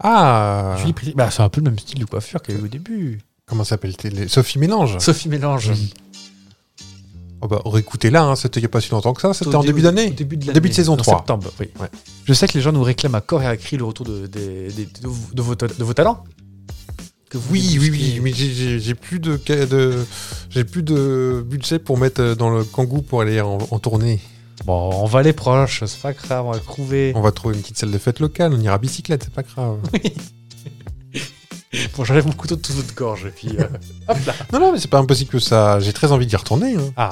Ah
Julie Pietri. Bah, c'est un peu le même style de coiffure qu'il y a eu au début.
Comment s'appelle-t-elle Les- Sophie Mélange.
Sophie Mélange.
Oh bah, réécoutez-la, hein, c'était il n'y a pas si longtemps que ça, c'était
Au
en début d'année.
au Début de,
Début de
l'année,
saison
en
3.
septembre, oui.
Ouais.
Je sais que les gens nous réclament à corps et à cri le retour de, des- des- de vos- de vos, ta- de vos talents. Que vous
Oui, oui, oui,
débusquez.
mais j'ai- j'ai j'ai plus de, ca- de- j'ai plus de budget pour mettre euh, dans le kangou pour aller en, en tournée.
Bon, on va aller proche, c'est pas grave, on va trouver.
On va trouver une petite salle de fête locale, on ira à bicyclette, c'est pas grave.
Bon, j'enlève mon couteau de toute votre gorge et puis. euh, hop là
non, non, mais c'est pas impossible que ça. J'ai très envie d'y retourner. hein.
Ah,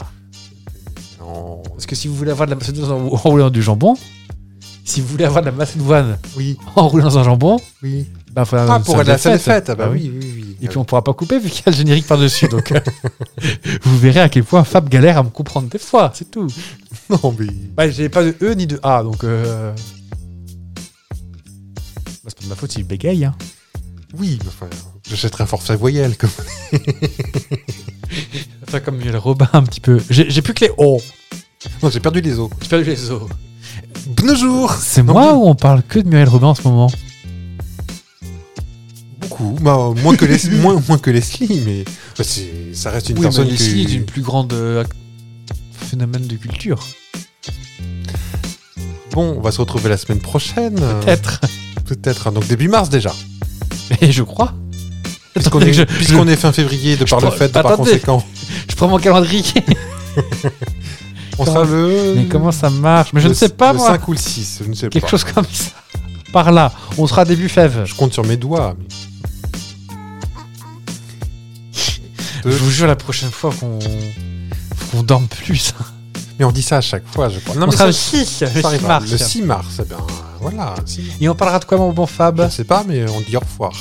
Non.
parce que si vous voulez avoir de la macédoine en en roulant du jambon, si vous voulez avoir de la macédoine
Oui,
en roulant dans un jambon,
oui.
bah faut avoir
Ah,
une
pour
salle
aller à la salle de fête, ah bah
Ah
oui, oui, oui.
Et puis on pourra pas couper vu qu'il y a le générique par-dessus. Donc euh, vous verrez à quel point Fab galère à me comprendre des fois, c'est tout.
non, mais.
Bah, j'ai pas de E ni de A, donc. Euh... Bah, c'est pas de ma faute s'il bégaye. Hein.
Oui, mais enfin, j'achèterai un forfait voyelle. Comme...
Enfin, comme le Robin, un petit peu. J'ai j'ai plus que les O.
Non, j'ai perdu les os.
J'ai perdu les O.
Bonjour
C'est
Non,
moi
mais-
ou on parle que de Muriel Robin en ce moment
Beaucoup. Bah, euh, moins, que les... moins, moins que Leslie, mais. bah, c'est- ça reste une personne qui.
plus grande euh, phénomène de culture.
Bon, on va se retrouver la semaine prochaine.
Être.
Euh, Peut-être, hein, donc début mars déjà.
Et je crois.
Puisqu'on
Attendez
est,
que je-
puisqu'on est fin février, de par le
prends-
fait, de par
attendez.
conséquent.
Je prends mon calendrier.
On sera
Comment-
le.
Mais comment ça marche Mais je
le-
ne sais pas
le
moi.
5 ou le 6, je ne sais
Quelque
pas.
chose comme ça. Par là. On sera début fève.
Je compte sur mes doigts. mais-
Je vous jure, la prochaine fois qu'on. faut qu'on dorme plus.
Mais on dit ça à chaque fois, je crois. Non,
on
mais
sera le
ça-
6,
ça
le 6
arrivera.
mars.
Le 6 mars, eh ben, voilà. six mars.
Et on parlera de quoi, mon bon
Je ne
Fab
sais pas, mais on dit au revoir.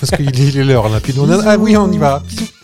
Parce qu'il est il est l'heure, là. Puis nous, on a- Ah oui, on y va. Bisous.